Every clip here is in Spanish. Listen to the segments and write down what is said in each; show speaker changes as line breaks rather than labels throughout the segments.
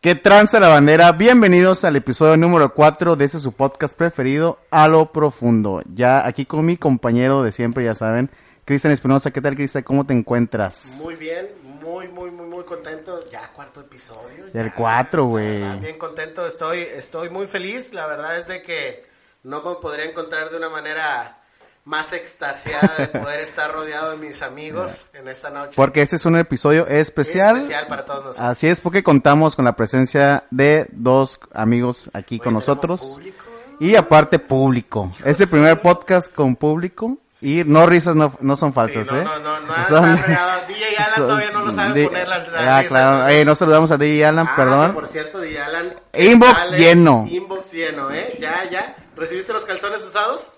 ¿Qué tranza la bandera? Bienvenidos al episodio número 4 de ese su podcast preferido, A lo Profundo. Ya aquí con mi compañero de siempre, ya saben, Cristian Espinosa. ¿Qué tal, Cristian? ¿Cómo te encuentras?
Muy bien, muy, muy, muy, muy contento. Ya cuarto episodio.
Del
ya.
cuatro, güey.
La verdad, Bien contento, estoy, estoy muy feliz. La verdad es de que no me podría encontrar de una manera más extasiada de poder estar rodeado de mis amigos en esta noche.
Porque este es un episodio especial.
Especial para todos nosotros.
Así es, porque contamos con la presencia de dos amigos aquí
Oye,
con
¿tenemos
nosotros.
público?
Y aparte, público. es el primer podcast con público. Y no risas no, no son falsas,
Sí, no,
¿eh?
no, no, no,
Son-
está fregado. DJ Alan todavía no lo sabe
Di-
poner las
Ah,
risas,
claro.
entonces-
Eh, no saludamos a DJ Alan,
Ah,
perdón.
que Por cierto, DJ Alan. eh,
Inbox
Alan,
lleno.
Inbox lleno, ¿eh? Ya, ya. ¿Recibiste los calzones usados?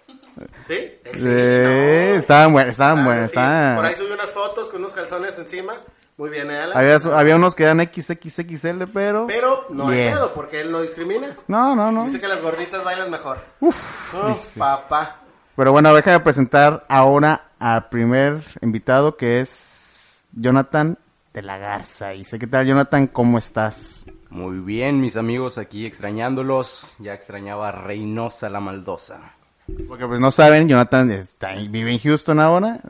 Sí.
Sí, estaban buenos, estaban
Ah,
buenos,
sí.
estaban-
Por ahí subí unas fotos con unos calzones encima. Muy bien, ¿eh, Alan.
Había, su- había unos que eran XXXL, pero...
Pero no hay
Bien.
pedo, porque él no discrimina.
No, no, no.
Dice que las gorditas bailan mejor.
Uf,
Oh,
dice.
papá.
Pero bueno, déjame presentar ahora al primer invitado que es Jonathan de la Garza. Y sé qué tal, Jonathan, ¿cómo estás?
Muy bien, mis amigos, aquí extrañándolos. Ya extrañaba a Reynosa la Maldosa.
Porque pues no saben, Jonathan está, ahí- vive en Houston ahora.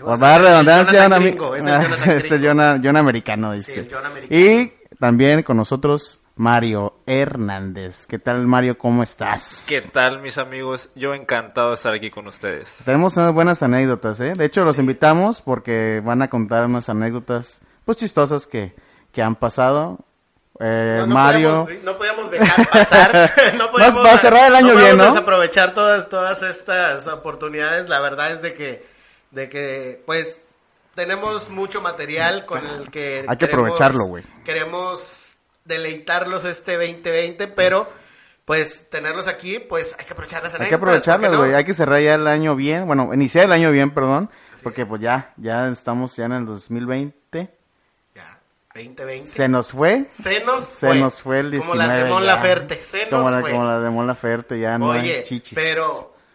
Por
Es
más
el
redundancia,
Jonathan
un ami-
gringo, es el Jonathan
es el
gringo.
Jonah- Jonah americano, dice.
el Jonah americano.
Y también con nosotros Mario Hernández. ¿Qué tal, Mario? ¿Cómo estás?
¿Qué tal, mis amigos? Yo encantado de estar aquí con ustedes.
Tenemos unas buenas anécdotas, ¿eh? De hecho, los invitamos porque van a contar unas anécdotas, pues, chistosas que, que han pasado. Eh,
No, no
Mario,
podíamos- sí, no podíamos dejar pasar. no podíamos,
Vas- va a cerrar el año
no
bien,
podemos
¿no?
desaprovechar todas, todas estas oportunidades. La verdad es de que, de que, pues, tenemos mucho material con el que.
Hay que aprovecharlo, güey.
Queremos deleitarlos este 2020, pero, pues, tenerlos aquí, pues, hay que aprovechar las
hay que
anécdotas, ¿por qué
aprovecharlas,
no?
güey. Hay que cerrar ya el año bien. Bueno, iniciar el año bien, perdón. porque, pues, ya, ya estamos ya en el 2020.
Ya, 2020.
Se nos fue.
Se nos
Se
fue.
nos fue el 19.
Como las de Mon
ya.
Laferte. Se nos
como la,
fue.
Como la de Mon Laferte, ya no hay
Oye,
chichis.
pero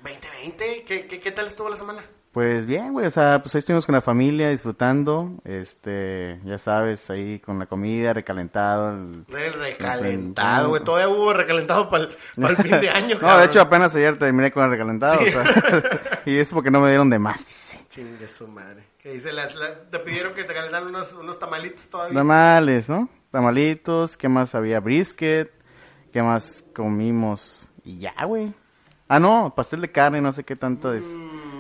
2020, ¿qué, qué, ¿qué tal estuvo la semana?
Pues bien, güey, o sea, pues ahí estuvimos con la familia disfrutando, este, ya sabes, ahí con la comida, recalentado. el-
El
Recalentado.
recalentado, güey. Todavía hubo recalentado para el fin de año,
no,
cabrón.
de hecho apenas ayer terminé con el recalentado, o sea, y es porque no me dieron de más, dice.
Chingue su madre. ¿Qué dice? Las, la- te pidieron que te calentaran unos, unos tamalitos todavía.
Tamales, ¿no? Tamalitos, ¿qué más había? Brisket, ¿qué más comimos? Y ya, güey. Ah, no, pastel de carne, no sé qué tanto es.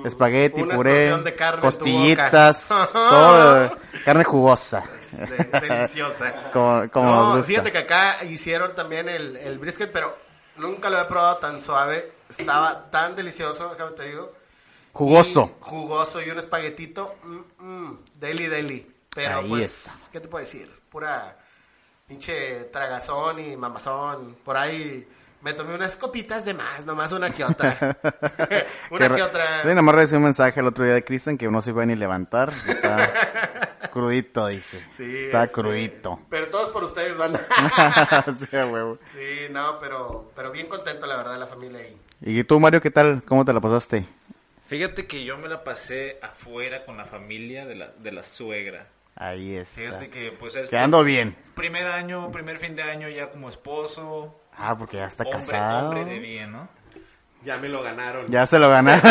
Espagueti,
Mm, una
puré,
explosión de carne en tu
costillitas,
boca.
todo, carne jugosa.
Es de- deliciosa.
Como- como nos
no,
gusta.
fíjate que acá hicieron también el, el brisket, pero nunca lo había probado tan suave. Estaba tan delicioso, déjame te digo.
Jugoso.
Y jugoso y un espaguetito. mm, mm, deli, deli. Pero
Ahí
pues,
está.
¿qué te puedo decir? Pura pinche tragazón y mamazón. Por ahí me tomé unas copitas de más, nomás una que otra. una
ra-
que otra.
Sí, nada más recibí un mensaje el otro día de Cristian que no se iba ni levantar. que Está crudito, dice.
Sí,
está
este,
crudito.
Pero todos por ustedes, banda.
Sí, a huevo.
sí, no, pero, pero bien contento, la verdad, la familia ahí.
Y tú, Mario, ¿qué tal? ¿Cómo te la pasaste?
Fíjate que yo me la pasé afuera con la familia de la, de la suegra.
Ahí está.
Fíjate que pues es
Quedando bien.
primer año, primer fin de año ya como esposo,
Ah, porque ya está
hombre,
casado.
hombre de bien, ¿no?
Ya me lo ganaron.
Ya se lo ganaron.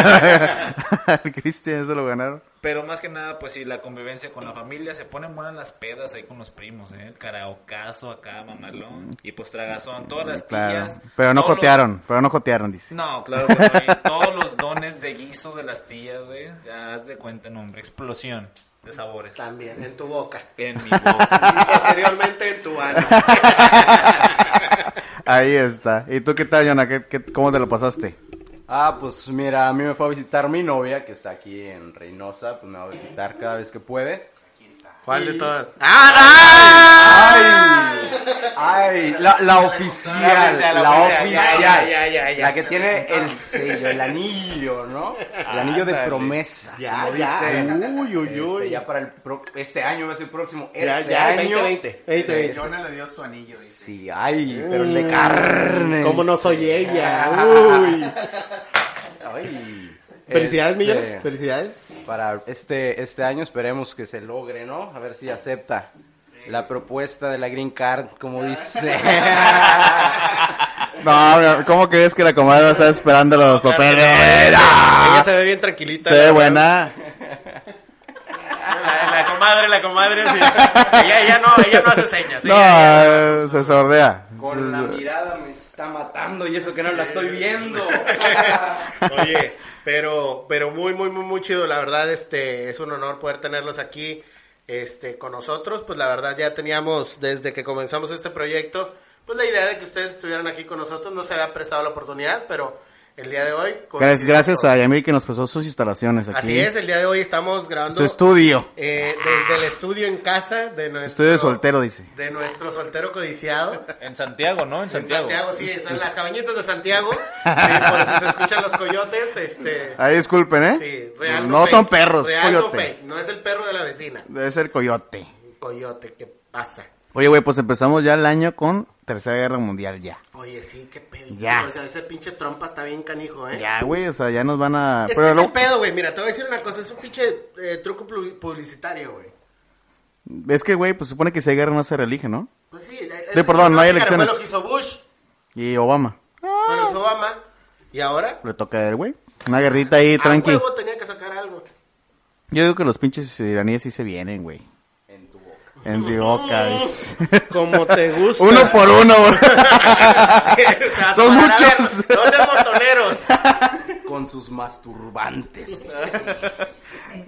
Al Cristian ya se lo ganaron.
Pero más que nada, pues sí, la convivencia con la familia, se ponen buenas las pedas ahí con los primos, ¿eh? El karaokazo acá, mamalón, y pues tragazón, todas las
Claro.
tías.
Pero no
todos los-
jotearon, pero no jotearon, dice.
No, claro que no. y todos los dones de guiso de las tías, güey. Ya haz de cuenta, no, hombre. Explosión de sabores.
También, en tu boca.
En mi boca.
Y posteriormente en tu ano.
Ahí está. ¿Y tú qué tal, Jonah? ¿Qué- qué- cómo te lo pasaste?
Ah, pues mira, a mí me fue a visitar mi novia, que está aquí en Reynosa, pues me va a visitar cada vez que puede.
¿Cuál de todas? Ah,
¡Ay! ¡Ay! La, la oficial,
oficial,
la oficial,
la oficial, ya, ya, ya, ya, ya.
La que tiene el sello, el anillo, ¿no? El anillo de
Ándale.
promesa.
Ya,
como
ya.
dicen.
Uy, uy,
Este,
uy.
ya para el pro- este año, va a ser próximo.
Ya,
este
ya,
año.
2020, 2020.
Este-
le dio su anillo, dice.
Sí, ay, pero el de carne.
Mm. ¿Cómo no soy ella? Uy.
Ay.
Felicidades,
Este,
Millón. Felicidades.
Para este, este año esperemos que se logre, ¿no? A ver si acepta. La propuesta de la green card, como dice.
No, no, ¿cómo crees que la comadre va a estar esperando los papeles?
Ella se ve bien tranquilita.
Se
la
ve
verdad.
buena.
La, la comadre, la comadre. sí. Ella, ella no, ella no hace señas.
No,
ella-
eh, se sordea.
Con la mirada me está matando y eso que no la estoy viendo.
Oye, pero, pero muy, muy, muy, muy chido. La verdad, este, es un honor poder tenerlos aquí, este, con nosotros. Pues la verdad ya teníamos, desde que comenzamos este proyecto, pues la idea de que ustedes estuvieran aquí con nosotros. No se había prestado la oportunidad, pero el día de hoy.
Gracias,
coincidimos
gracias
con-
a Yamir que nos pasó sus instalaciones aquí.
Así es, el día de hoy estamos grabando.
Su estudio.
eh, desde el estudio en casa de nuestro.
Estudio de soltero, dice.
De nuestro soltero codiciado.
En Santiago, ¿no? En
En
Santiago.
Santiago, sí, están las cabañitas de Santiago. Sí, por eso se escuchan los coyotes. Este,
Ahí disculpen, ¿eh?
Sí, real
no
fake.
son perros,
Real no
coyote.
fake, no es el perro de la vecina.
Debe ser coyote.
Coyote, ¿qué pasa?
Oye, güey, pues empezamos ya el año con Tercera Guerra Mundial ya.
Oye, sí, qué pedo.
Ya.
O sea, ese pinche trompa está bien canijo, ¿eh?
Ya, güey, o sea, ya nos van a...
Es
Pero
que es
luego-
un pedo, güey. Mira, te voy a decir una cosa. Es un pinche eh, truco plu- publicitario, güey.
Es que, güey, pues supone que si hay guerra no se reelige, ¿no?
Pues sí. eh,
Sí,
eh,
perdón, no hay
claro,
elecciones.
Fue lo que hizo Bush,
Y Obama.
fue lo que hizo Obama. Y ahora...
Le toca a él, güey. Una guerrita ahí, tranqui.
A huevo tenía que sacar algo.
Yo digo que los pinches iraníes sí se vienen, güey.
En
En mi
tu boca.
boca, dice.
Como te gusta.
Uno por uno, güey. Son
Son muchos.
muchos.
No seas montoneros.
Con sus masturbantes.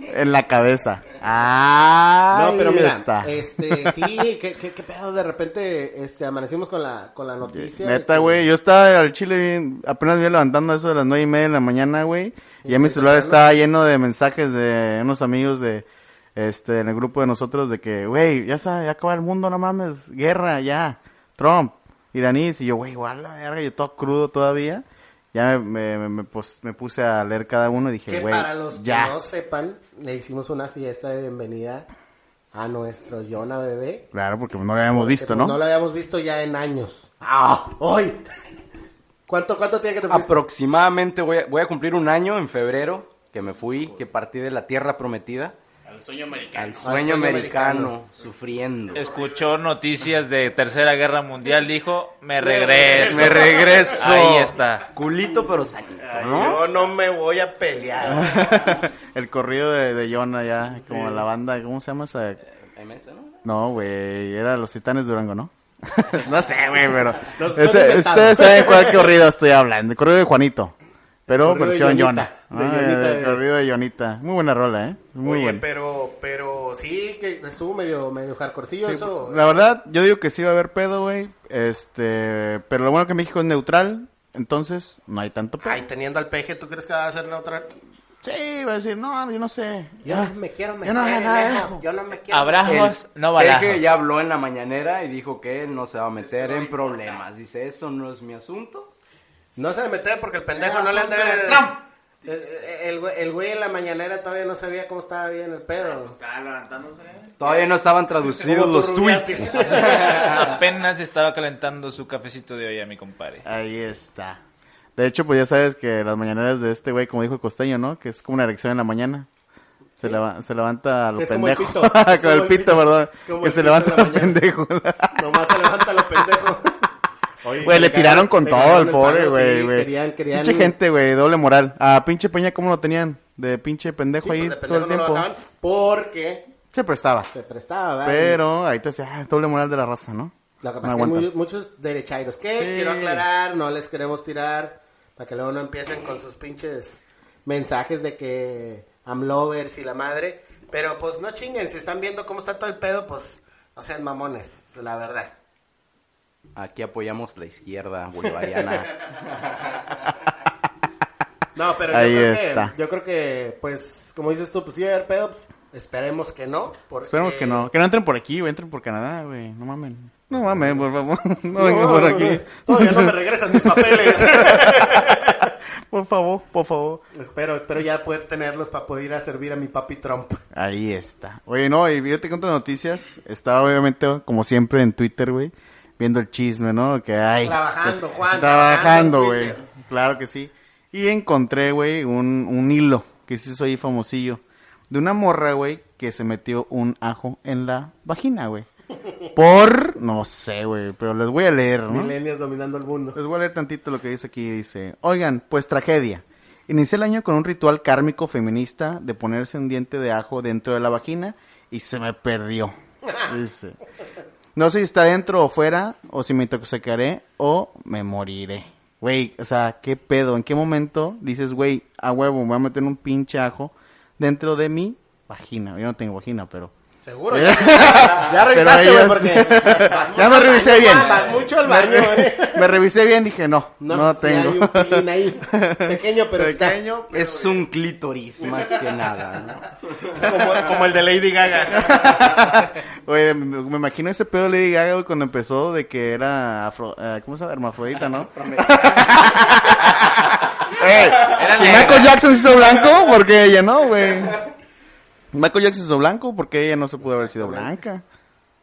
En la cabeza. Ah,
No, pero mira,
está.
este, sí, qué, qué, qué pedo, de repente, este, amanecimos con la, con la noticia. de
Neta,
que-
güey, yo estaba al chile bien- apenas me iba levantando a eso de las nueve y media de la mañana, güey. Y ya mi
te
celular
tocando?
estaba lleno de mensajes de unos amigos de, este, en el grupo de nosotros de que, güey, ya sabe, ya acaba el mundo, no mames, guerra, ya, Trump, iraníes. Y yo, güey, igual la verga, yo todo crudo todavía. Ya me, me, me- me pos- me puse a leer cada uno y dije,
Que
güey,
para los
ya.
que no sepan, le hicimos una fiesta de bienvenida a nuestro Jonah bebé.
Claro, porque no lo habíamos
que,
visto,
pues,
¿no?
No lo habíamos visto ya en años. ¡Ah! ¡Hoy! ¿Cuánto, cuánto tiene que te
¿Ah?
fuiste?
Aproximadamente voy a, voy a cumplir un año en febrero que me fui, que partí de la tierra prometida
Al sueño americano.
al sueño,
sueño
americano,
americano.
sufriendo.
Escuchó noticias de Tercera Guerra Mundial, dijo, me
regreso".
regreso.
Me regreso.
Ahí está.
Culito pero sanito, ¿no?
Yo no me voy a
Ah,
pelear.
el corrido de, de Jonah ya, como la banda, ¿cómo se llama esa?
Eh,
MS, ¿no?
No, güey, era Los Titanes de Durango, ¿no? no sé, güey, pero...
Los son
Ese-
inventados.
ustedes saben cuál corrido estoy hablando, el corrido de Juanito, pero
Corrido de
versión Yona.
Jonita, de
Ah,
Jonita,
el
de-
corrido de Jonita. Muy buena rola, ¿eh? Muy
Oye,
buena.
pero, pero sí, que estuvo medio, medio hardcorecillo eso.
La verdad, yo digo que sí va a haber pedo, güey, este... Pero lo bueno que México es neutral, entonces no hay tanto pedo.
Ay, teniendo al peje, ¿tú crees que va a ser neutral?
Sí, va a decir, no, yo no sé.
Yo no me quiero meter
no hago
en
nada,
eso.
hijo.
Yo no me quiero
Abrazos,
El
no
Peje
balazos.
ya habló en la mañanera y dijo que él no se va a meter en problemas. Dice, eso no es mi asunto.
No se me meter porque el pendejo no le anda. El, el, güey- el güey en la mañanera todavía no sabía cómo estaba bien el pedo.
Todavía no estaban traducidos los tweets.
Apenas estaba calentando su cafecito de hoy a mi compadre.
Ah,
Ahí está. De hecho, pues ya sabes que las mañaneras de este güey, como dijo el costeño, ¿no? Que es como una erección en la mañana. Se, leva- se levanta a lo
Es como el
pendejo.
pito. Es
Con
como
el
el
pito,
pito.
perdón.
Es como
Que
el
se
pito en
levanta a
la
lo pendejo.
Nomás se levanta los pendejos. Oye,
Güey, le
cagaron-
tiraron con todo
cagaron
el pobre,
palo,
güey,
sí,
güey.
Querían, querían.
Pinche gente, güey, doble moral. A pinche Peña, ¿cómo lo tenían? De pinche pendejo
Sí, pues,
ahí
de
todo el
pendejo no
tiempo.
lo bajaban porque
se prestaba.
se prestaba, ¿verdad?
Pero ahí te decía, ah, doble moral de la raza, ¿no?
Lo
No
que pasa es que
aguanta.
muy- muchos derechairos que
Sí.
quiero aclarar, no les queremos tirar, para que luego no empiecen con sus pinches mensajes de que amlovers y la madre, pero pues no chinguen, si están viendo cómo está todo el pedo, pues no sean mamones, la verdad.
Aquí apoyamos la izquierda bolivariana.
No, pero
Ahí
yo creo
está.
que yo creo que pues como dices tú, pues sí va a haber pedo, pues esperemos que no, porque
Esperemos que no. Que no entren por aquí, güey. Entren por Canadá, güey. No mamen. No mamen, por favor. No vengan por aquí.
Todavía no me regresan mis papeles.
Por favor, por favor.
espero, espero ya poder tenerlos para poder ir a servir a mi papi Trump.
Ahí está. Oye, no, y yo te cuento noticias. Estaba obviamente, como siempre, en Twitter, güey. Viendo el chisme, ¿no? Que hay.
Trabajando,
Trabajando,
Juan, trabajando en
güey.
Twitter.
Claro que sí. Y encontré, güey, un, un hilo que sí soy famosillo. De una morra, güey, que se metió un ajo en la vagina, güey. Por, no sé, güey, pero les voy a leer, ¿no?
Millennials dominando el mundo.
Les voy a leer tantito lo que dice aquí. Dice, oigan, pues tragedia. Inicié el año con un ritual kármico feminista de ponerse un diente de ajo dentro de la vagina y se me perdió. Dice, no sé si está dentro o fuera, o si me intoxicaré o me moriré. Güey, o sea, ¿qué pedo? ¿En qué momento dices, güey, a huevo, me voy a meter un pinche ajo dentro de mi vagina? Yo no tengo vagina, pero...
Seguro. Ya, ya revisaste,
Pero
güey,
ellos-
porque. vas
Ya
mucho
me
al
revisé
baño,
bien.
ma, Vas mucho al baño, eh.
Me revisé bien, dije, no, no,
No, sí,
tengo.
Hay un pilín ahí. Pequeño, pero
Pequeño,
Es un clítoris más que nada, ¿no?
está. Como, como el de Lady Gaga.
Oye, me, me imagino ese pedo Lady Gaga, güey, cuando empezó de que era afro, eh, ¿cómo se llama? Hermafrodita, ¿no? Ey,
Era
si
negra.
Michael Jackson se hizo blanco, ¿por qué ella no, güey? Michael Jackson se hizo blanco, ¿por qué ella no se pudo haber sido blanca?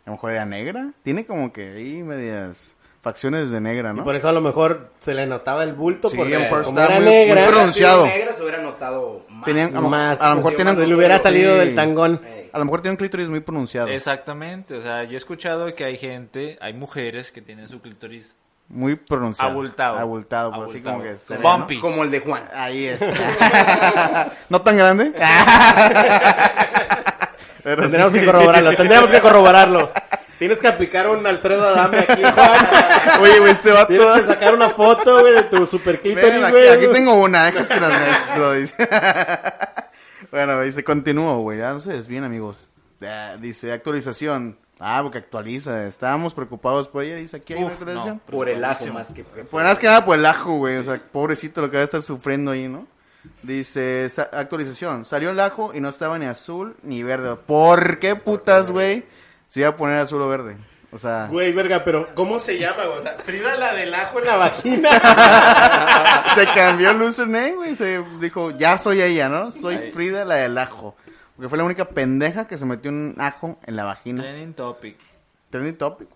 A lo mejor era negra. Tiene como que ahí medias facciones de negra,
Y
¿no?
por eso a lo mejor se le notaba el bulto,
Sí,
porque
en
pues,
First
como
Time
era
muy-
negra.
muy
era
pronunciado.
negras hubiera notado más.
Tenían- a, lo-
más,
a lo mejor
sí,
tienen...
cuando le hubiera salido
sí.
del tangón.
Ey.
A lo mejor tiene un clítoris muy pronunciado.
Exactamente, o sea, yo he escuchado que hay gente, hay mujeres que tienen su clítoris
Muy pronunciado.
abultado.
Abultado, pues, así
Abultado.
como que... se ve, ¿no?
Bumpy.
Como el de Juan.
Ahí es. no tan grande. Pero
Tendríamos
sí.
que corroborarlo, tendríamos que corroborarlo. Tienes que aplicar un Alfredo Adame aquí, Juan.
Oye, güey, este vato.
Tienes que sacar una foto, güey, de tu super
Ven,
clítoris,
aquí,
güey.
aquí tengo una, déjame si las mezclo, dice. bueno, dice, continúo, güey. Ya no se desvíen, amigos. Ah, dice, actualización. Ah, porque actualiza. Estábamos preocupados por ella. Dice, aquí hay una
Uf,
actualización.
no.
Por el ajo más que.
Pues más que nada por el ajo, güey. O sea, pobrecito lo que va a estar sufriendo ahí, ¿no? Dice, sa- actualización. Salió el ajo y no estaba ni azul ni verde. ¿Por qué putas, güey? Se iba a poner azul o verde. O sea,
Güey, verga, pero ¿cómo se llama? güey? O sea, Frida la del ajo en la vagina.
se cambió el username, güey. Se dijo, ya soy ella, ¿no? Soy Frida, la del ajo. Porque fue la única pendeja que se metió un ajo en la vagina.
Training topic.
Trending topic.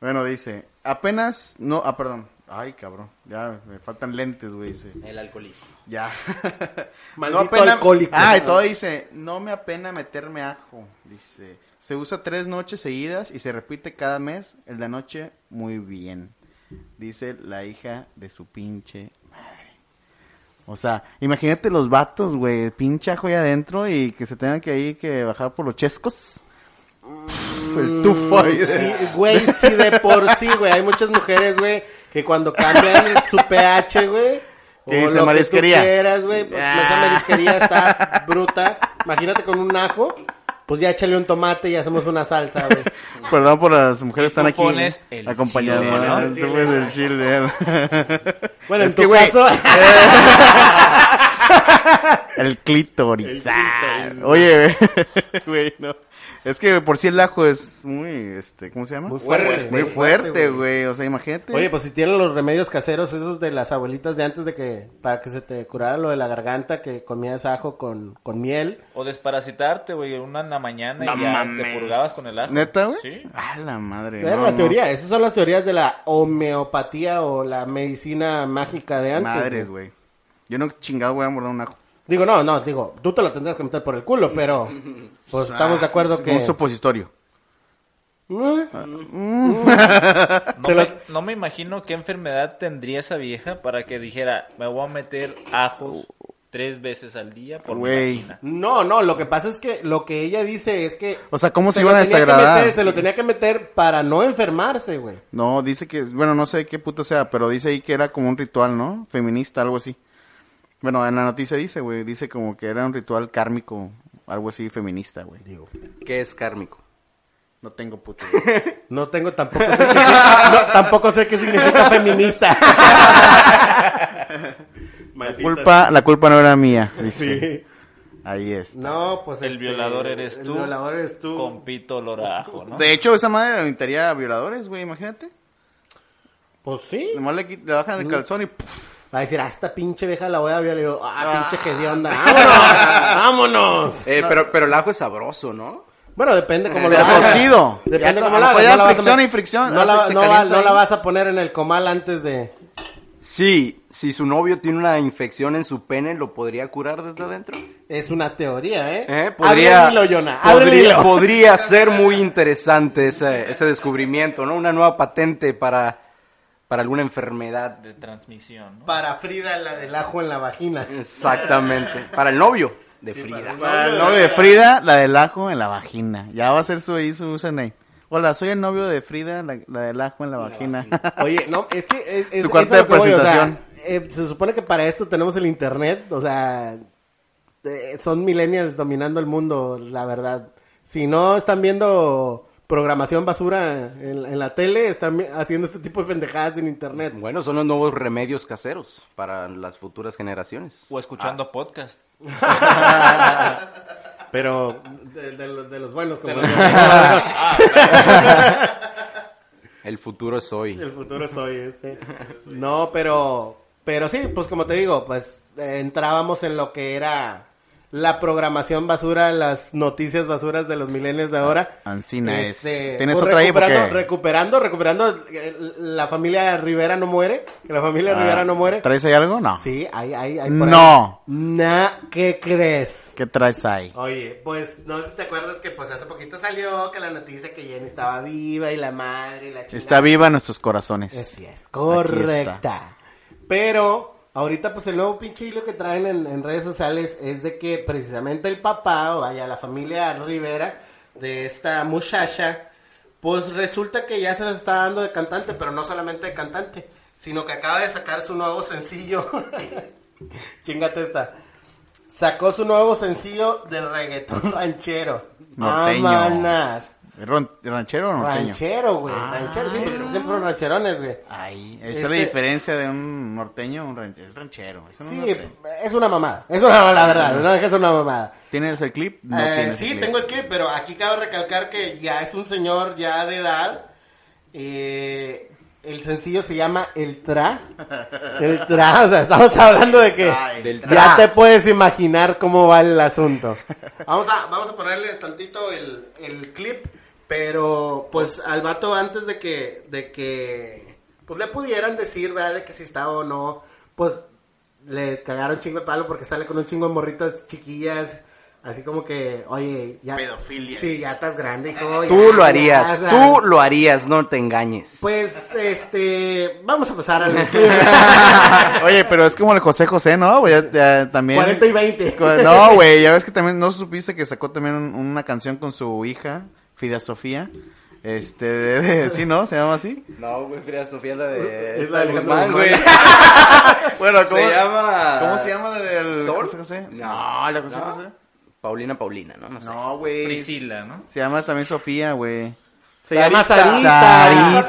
Bueno, dice, apenas, no, ah, perdón. Ay, cabrón. Ya, me faltan lentes, güey. dice.
El alcoholismo.
Ya.
Maldito alcohólico.
Ah, y todo dice, no me apena meterme ajo. Dice, se usa tres noches seguidas y se repite cada mes. El de noche, muy bien. Dice la hija de su pinche madre. O sea, imagínate los vatos, güey. Pinche ajo ahí adentro y que se tengan que ahí que bajar por los chescos. El tufo ahí de-
Mm, Sí, güey, sí, de por sí, güey. Hay muchas mujeres, güey, que cuando cambian su pH, güey.
Que
o
dice
lo
marisquería. Ah.
Que tú quieras, güey. pues, Esa marisquería está bruta. Imagínate con un ajo. Pues ya échale un tomate y hacemos una salsa, güey.
Perdón por las mujeres que están aquí
Tú pones el
acompañadas.
chile,
¿no?
¿no?
Tú pones el chile.
Bueno,
Es
en
que,
tu
güey,
caso.
El clítoris.
El clítoris.
Ah, Oye, güey, güey, no. Es que por si el ajo es muy, este, ¿cómo se llama?
Muy fuerte.
Muy fuerte, güey. O sea, imagínate.
Oye, pues si tienen los remedios caseros, esos de las abuelitas de antes de que. Para que se te curara lo de la garganta, que comías ajo con, con miel.
O desparasitarte, güey, una en la mañana
No
y ya
mames.
te purgabas con el ajo.
¿Neta, güey?
Sí.
A la madre.
Era
no,
la
no.
teoría. Esas son las teorías de la homeopatía o la medicina mágica de antes.
Madres, güey. Yo no chingado voy a morder un ajo.
Digo, no, no, digo, tú te lo tendrás que meter por el culo, pero pues estamos de acuerdo que...
Ah, Un supositorio.
¿Eh?
No,
Se
me,
lo-
no me imagino qué enfermedad tendría esa vieja para que dijera, me voy a meter ajos tres veces al día por mi
Güey.
vagina".
No, no, lo que pasa es que lo que ella dice es que...
O sea, ¿cómo se,
se lo
iban a
tenía que
desagradar?
meter, se lo tenía que meter para no enfermarse, güey.
No, dice que, bueno, no sé qué puta sea, pero dice ahí que era como un ritual, ¿no? Feminista, algo así. Bueno, en la noticia dice, güey, dice como que era un ritual kármico, algo así feminista, güey.
¿Qué es kármico?
No tengo puta.
No tengo tampoco sé qué, no, tampoco sé qué significa feminista.
La culpa, la culpa no era mía, dice. Ahí es.
No, pues
Este,
El violador eres
el
tú.
violador eres tú.
Con pito olor a ajo, ¿no?
De hecho, esa madre alimentaría a violadores, güey, imagínate.
Pues sí.
Nomás le, quit- le bajan el calzón y ¡puf!
Va a decir, ah, esta pinche vieja la voy a violar. Y yo, ah, pinche hedionda. ¡Vámonos! ¡Vámonos!
Eh, pero, pero el ajo es sabroso, ¿no?
Bueno, depende cómo lo
Pero
hagas.
cocido.
Depende
Ya,
cómo
a
lo
lo
hagas.
mejor ya
la vas a
fricción
met-
y fricción,
No
hace
la,
que se
no va-
calienta
no la
ahí.
vas a poner en el comal antes de...
Sí, si su novio tiene una infección en su pene, ¿lo podría curar desde adentro?
Es una teoría, ¿eh?
¿Eh? Podría,
Abre el hilo, Jonah, abre el
podría,
hilo.
podría ser muy interesante ese, ese descubrimiento, ¿no? Una nueva patente para, para alguna enfermedad.
de transmisión, ¿no?
Para Frida, la del ajo en la vagina.
Exactamente. Para el novio de
Sí, para
Frida.
el
Para el novio de Frida, la del ajo en la vagina. Ya va a ser su, ahí su username. Hola, soy el novio de Frida, la, la del ajo en la vagina.
Oye, no, es que es, es-
Su carta
es a
de
lo que voy, o sea,
presentación.
eh, se supone que para esto tenemos el internet, o sea, eh, son millennials dominando el mundo, la verdad. Si no están viendo programación basura en, en la tele, están vi- haciendo este tipo de pendejadas en internet.
Bueno, son los nuevos remedios caseros para las futuras generaciones.
O escuchando
Ah.
podcast.
Pero de, de los, de los buenos, como yo.
Ah, claro.
Ah, El futuro es hoy.
El futuro soy este. No, pero, pero sí, pues como te digo, pues eh, entrábamos en lo que era la programación basura, las noticias basuras de los milenios de ahora.
Ancina es.
Este,
Ah, Tienes
pues,
otra ahí
recuperando,
porque-
recuperando, recuperando, eh, la familia Rivera no muere, que la familia
Ah,
Rivera no muere.
¿Traes ahí algo? No.
Sí, hay, hay, hay.
No.
Na, ¿qué crees?
¿Qué traes ahí?
Oye, pues no sé si te acuerdas que pues hace poquito salió que la noticia que Jenny estaba viva y la madre y la chica.
Está viva en nuestros corazones.
Así es, correcta. Pero ahorita pues el nuevo pinche hilo que traen en, en redes sociales es de que precisamente el papá, o vaya, la familia Rivera de esta muchacha, pues resulta que ya se las está dando de cantante, pero no solamente de cantante, sino que acaba de sacar su nuevo sencillo. Chingate esta. Sacó su nuevo sencillo de reggaetón ranchero.
Norteño.
Amanas.
¿Ron- ¿Ranchero o norteño?
Ranchero, güey. ranchero, sí, porque siempre son rancherones, güey.
Ahí. Esa es
Este-
la diferencia de un norteño un ran- Es ranchero. eso no
Sí,
es norteño.
es una mamada. Es una mamada, la verdad. No dejes ser una mamada.
¿Tienes el clip? No
Eh,
tienes
sí,
el clip.
tengo el clip, pero aquí cabe recalcar que ya es un señor ya de edad. Eh, el sencillo se llama El Tra. El Tra, o sea, estamos hablando de que
Tra, el
ya te puedes imaginar cómo va el asunto. Vamos a, vamos a ponerle tantito el, el clip, pero pues al vato antes de que, de que, pues le pudieran decir, ¿verdad? De que si estaba o no, pues le cagaron chingo de palo porque sale con un chingo de morritas chiquillas. Así como que, oye, ya.
Pedofilia.
Sí, ya estás grande, hijo.
Tú
ya,
lo
ya,
harías,
ya".
tú lo harías, no te engañes.
Ah, Pues, este. Vamos a pasar al. clip.
Oye, pero es como el José José, ¿no? güey? Ya- ya también.
40 y 20.
Co- No, güey, ya ves que también, ¿no supiste que sacó también un- una canción con su hija, Frida Sofía? Este, de- de- sí, ¿no? ¿Se llama así?
No, güey, Frida Sofía es la de...
Es la de Alejandro Guzmán.
Guzmán, güey.
Bueno,
Se llama...
¿Cómo se llama la del
¿Sol?
José José?
No.
No, la José
No.
José.
Paulina, Paulina, ¿no? No sé.
No, güey.
Priscila, ¿no?
Se llama también Sofía, güey.
Se llama
Sarita.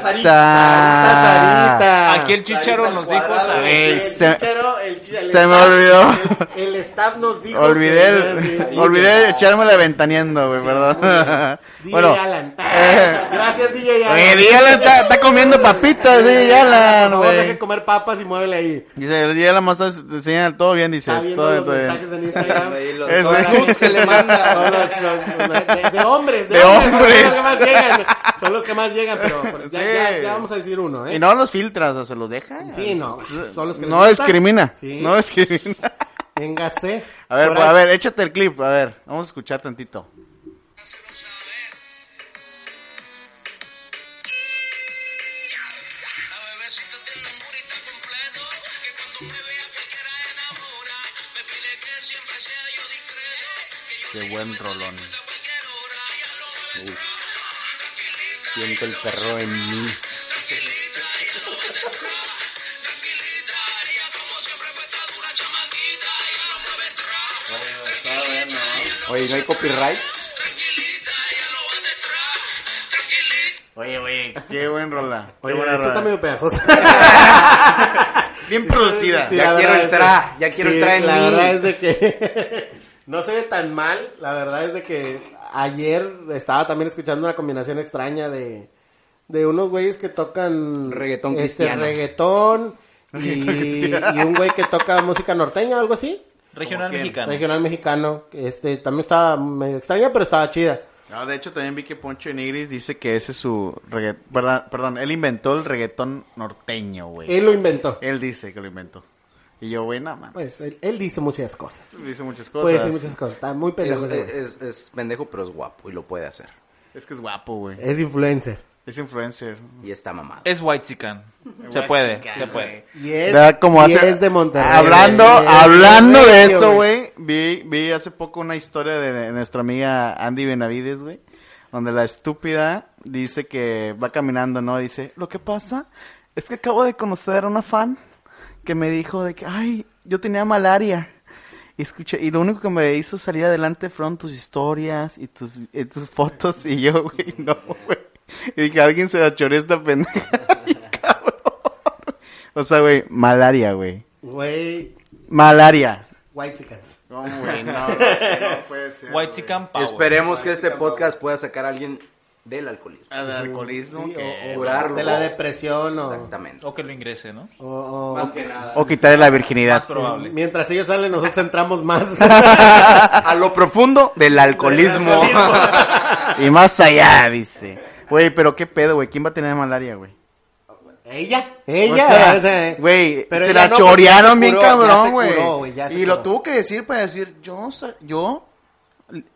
Sarita.
Sarita.
Sarita.
Aquí el chicharo nos dijo
Cuadrado.
saber.
Güey,
El
se-
chichero, el chi- el
se me
staff-
olvidó.
El, el staff nos dijo.
Olvidé,
que-
el- olvidé de echarme la ventaneando, güey, perdón.
DJ
bueno,
Alan.
eh,
Gracias, DJ Alan.
oye, DJ Alan está, está comiendo papitas, DJ Alan,
Por favor, deja
güey.
de comer papas y muévele ahí.
Dice, el día de la masa señal, todo bien, dice.
Está viendo
todo bien,
los
todo bien.
mensajes en Instagram.
Ahí los-
Ese-
todos los nudes que le
Son
manda.
los- los- los- de, de hombres, de,
De
hombres.
hombres.
Son los que más llegan. Son los que más llegan, pero, pero ya, ya-
Sí.
ya vamos a decir uno, ¿eh?
Y no los filtras, o se los deja.
Sí, no. Son los que
No
les gustan.
discrimina.
Sí.
No discrimina.
Véngase.
A ver,
Por
pues,
ahí-
a ver, échate el clip, a ver. Vamos a escuchar tantito.
La bebecita tiene un burrito completo Que cuando me vea se quiera enamorar Me pide que siempre sea yo discreto Que yo
Qué buen rolón.
a cualquier hora Ya lo ves,
Siento el perro en mí.
tranquilita Ella como siempre fue esta dura chamaquita Ella lo mueve atrás
Oye, ¿no hay copyright?
Tranquilita, ella lo va detrás Tranquilita
Oye, oye. Qué buen rola.
Oye,
Qué buena
sí está
rola.
medio pegajosa.
Bien producida.
Sí,
Ya
la
quiero
verdad
el
es de-
tra, ya quiero el tra en
La
mí.
verdad es de que no se ve tan mal. La verdad es de que ayer estaba también escuchando una combinación extraña de, de unos güeyes que tocan
Reggaetón
este,
cristiano.
reggaetón y, y un güey que toca música norteña o algo así.
Regional
quién?
mexicano.
Regional mexicano. Este, también estaba medio extraña, pero estaba chida.
No, de hecho también vi que Poncho de Nigris dice que ese es su reggaetón, perdón, él inventó el reggaetón norteño, güey.
Él lo inventó.
Él dice que lo inventó. Y yo, güey, nada más.
Pues él, él dice muchas cosas.
dice muchas cosas.
Pues, Puede decir muchas cosas. Está muy
pues
Es, eh,
pendejo ese güey.
es- es pendejo, pero es guapo y lo puede hacer.
Es que es guapo, güey.
Es influencer.
Es influencer.
Y está mamado.
Es white chican. Se puede, se puede.
Y es,
Da como
y
hace-
es de Monterrey.
Hablando,
Es
hablando de
regio,
eso, güey, vi, vi hace poco una historia de, de nuestra amiga Andy Benavides, güey, donde la estúpida dice que va caminando, ¿no? Dice, lo que pasa es que acabo de conocer a una fan que me dijo de que, ay, yo tenía malaria. Y escuché, y lo único que me hizo salir adelante fueron tus historias y tus, y tus fotos y yo, güey, no, güey. Y dije, alguien se la choreó esta pendeja. Y cabrón. O sea, güey, malaria, güey.
Güey,
Malaria.
white chickens.
No, güey, no, no puede ser.
White chican power.
Esperemos que este podcast pueda sacar a alguien del alcoholismo.
Al Ah, alcoholismo
Sí,
que-
o- o
Eh, curarlo.
De la depresión o...
Exactamente.
O que lo ingrese, ¿no?
o- o-
Más que nada.
O quitarle la virginidad.
Más probable.
Mientras ellos salen, nosotros entramos más.
A lo profundo del alcoholismo. y más allá, dice. Güey, pero qué pedo, güey. ¿Quién va a tener malaria, güey?
ella,
O
ella.
sea,
o sea,
Güey,
pero
se
ella
la
no, porque ya
chorearon
se
bien
curó, ya se
cabrón,
curó,
güey.
güey, ya se
Y lo
curó.
tuvo que decir para decir, yo, sa- yo,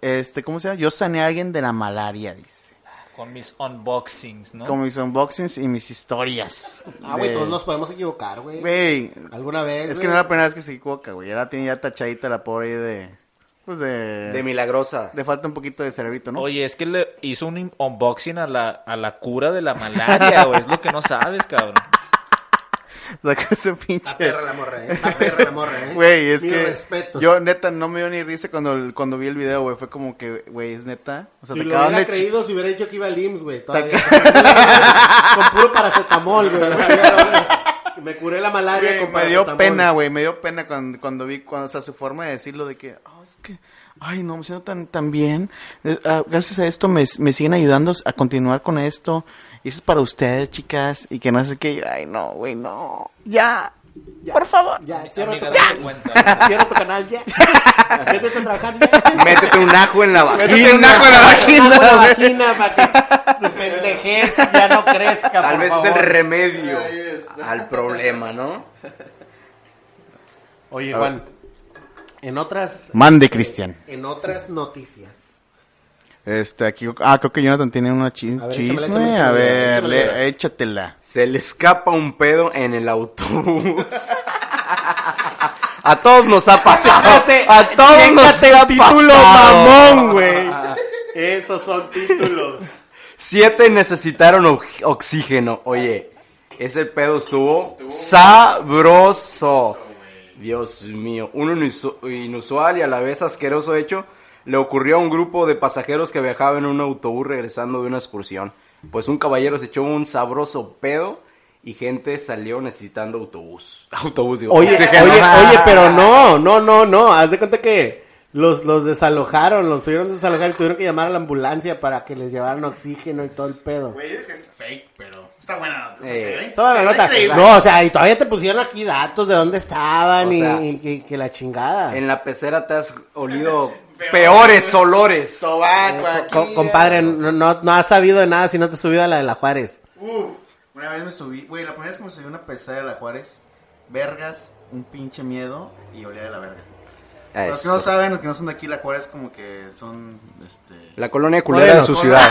este, ¿cómo se llama? Yo sané a alguien de la malaria, dice.
Con mis unboxings, ¿no?
Como mis unboxings y mis historias.
Ah, güey,
De-
todos nos podemos equivocar, güey.
Güey,
Alguna
es
vez. güey.
que no era la primera vez que se equivoca, güey. Ahora tiene ya tachadita la pobre ahí de, pues de...
De milagrosa.
Le falta un poquito de cerebrito, ¿no?
Oye, es que le hizo un in- unboxing a la, a la cura de la malaria, güey. Es lo que no sabes, cabrón.
Saca ese
Está
pinche...
perra la morra, eh. Está perra la morra, eh.
Güey, es
Mis
que
respetos.
yo neta no me dio ni risa cuando, el- cuando vi el video, güey. Fue como que, güey, es neta. O sea,
Si
te
lo
acaban de...
hubiera creído, si hubiera dicho que iba al IMSS, güey. Todavía. con puro paracetamol, güey. Me curé la malaria
Güey,
con
me dio
paracetamol.
pena, güey, me dio pena cuando, cuando vi, cuando, o sea, su forma de decirlo de que, "Ah, es que, ay, no, me siento tan, tan bien, Eh, ah, gracias a esto me, me siguen ayudando a continuar con esto, y eso es para ustedes, chicas, y que no sé qué, Yo, ay, no, güey, no, ya, por favor.
Ya, cierra tu
Amiga,
canal.
date cuenta.
Cierra tu canal ya. Vete a trabajar ya.
Métete un ajo en la vagina.
Métete un ajo en la vagina,
Agua en la
güey.
vagina para que tu pendejez ya no crezca,
Tal
por
vez es
favor.
el remedio
Ahí está.
al problema, ¿no?
Oye, Juan. En otras,
Mande, Cristian.
en otras noticias.
Este, aquí, ah, creo que Jonathan tiene una chi-
A ver,
chisme,
échamela, échamela,
a ver,
échamela, échamela.
le- échatela.
Se le escapa un pedo en el autobús. A todos nos ha pasado. A todos nos
chécate
ha
el título,
pasado.
mamón, güey.
Esos son títulos.
Siete necesitaron ox- oxígeno. Oye, ese pedo estuvo sabroso. Dios mío, un inusu- inusual y a la vez asqueroso hecho le ocurrió a un grupo de pasajeros que viajaba en un autobús regresando de una excursión. Pues un caballero se echó un sabroso pedo y gente salió necesitando autobús. Autobús, digo.
Oye, oye,
oxígeno.
oye, pero no, no, no, no. Haz de cuenta que los, los desalojaron, los tuvieron que desalojar y tuvieron que llamar a la ambulancia para que les llevaran oxígeno y todo el pedo.
es fake, pero está buena.
sea, se ve-
Toda la nota. No, o sea, y todavía te pusieron aquí datos de dónde estaban
O
y,
sea,
y que, que la chingada.
En la pecera te has olido peores olores.
Sobaco,
Eh, Co- co- compadre, no, no, no has sabido de nada si no te has subido a la de la Juárez.
Uf, una vez me subí, güey, la primera vez que me subí a una pesada de la Juárez, vergas, un pinche miedo y olía de la verga.
Ah,
Los
es
que no saben, los que no son de aquí, la Juárez como que son, este...
La colonia culera de
Bueno,
su
con-
ciudad.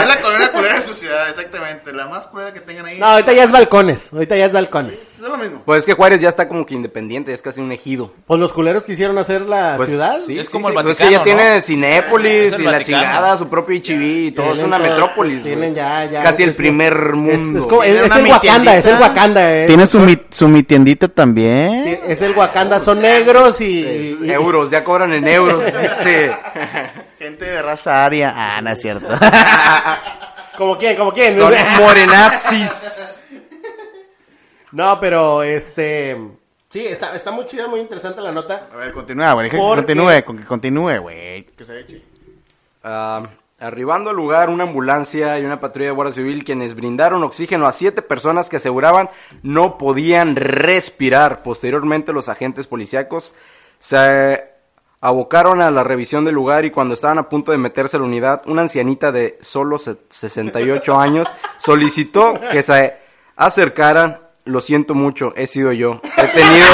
es la colonia culera de su ciudad, exactamente, la más culera que tengan ahí.
No, ahorita ya es balcones, ahorita ya es balcones.
Es lo mismo.
Pues es que Juárez ya está como que independiente, es casi un ejido.
Pues los culeros quisieron hacer la
Pues,
ciudad.
sí,
Es
sí,
como
sí,
el
pues es que ya
Vaticano, ¿no?
tiene Cinépolis
Es el
y la
Vaticano.
chingada, su propio Ichibi y todo. Es
Tienen
una
todo-
metrópolis. güey.
Tienen ya, ya.
es casi el
es-
primer
es-
mundo.
Es, como- es-
Tiene
es
una
el
mi
Wakanda, es el
tiendita.
Wakanda. eh.
Tiene su mi, su mi tiendita también.
Ti- Eh, Es el Wakanda, son negros y.
Es-
y-
euros, ya cobran en euros. dice.
Gente de raza aria. Ah, no es cierto.
¿Como quién? ¿Como quién?
Son morenazis.
No, pero este. Sí, está, está muy chida, muy interesante la nota.
A ver, continúa, güey. deja que
Porque-
Continúe, con que continúe, güey. Que se eche.
Ah, arribando al lugar, una ambulancia y una patrulla de Guardia Civil quienes brindaron oxígeno a siete personas que aseguraban no podían respirar. Posteriormente, los agentes policíacos se Abocaron a la revisión del lugar y cuando estaban a punto de meterse a la unidad, una ancianita de solo se- 68 años solicitó que se acercaran. Lo siento mucho, he sido yo. He tenido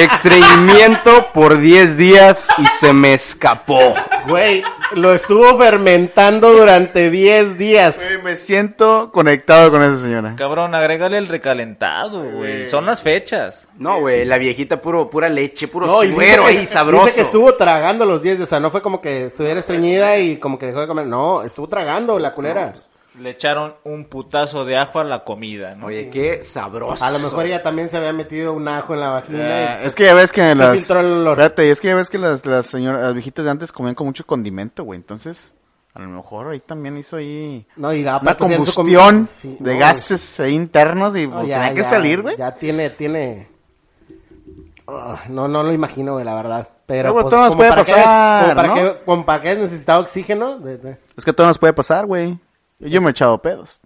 estreñimiento por 10 días y se me escapó.
Güey, lo estuvo fermentando durante 10 días.
Güey, me siento conectado con esa señora.
Cabrón, agrégale el recalentado, güey. Son las fechas.
No, güey, la viejita puro, pura leche, puro
No, y dice
suero
que-
ahí sabroso.
Dice que estuvo tragando los 10 días, o sea, no fue como que estuviera estreñida y como que dejó de comer. No, estuvo tragando la culera.
Le echaron un putazo de ajo a la comida, ¿no?
Oye, Eh, qué sabroso.
A lo mejor ella también se había metido un ajo en la vagina.
Ah,
y-
es que pues, ya ves que las.
filtró el olor.
Espérate, es que ya ves que las, las señoras, las viejitas de antes comían con mucho condimento, güey. Entonces, a lo mejor ahí también hizo ahí
No, y
una
aparte hacían Ah, su
combustión
comida- Sí,
de
no,
gases ahí internos y
no,
pues
Oh, ya,
tenía que
ya,
salir, güey.
Ya tiene, tiene. Ah, no, no lo imagino, güey, la verdad. Pero,
Luego
pues,
todo nos
como
puede
para qué-
pasar,
como para
¿no?
qué- como para qué necesitaba oxígeno. de- de-
Es que todo nos puede pasar, güey. Yo me he echado pedos.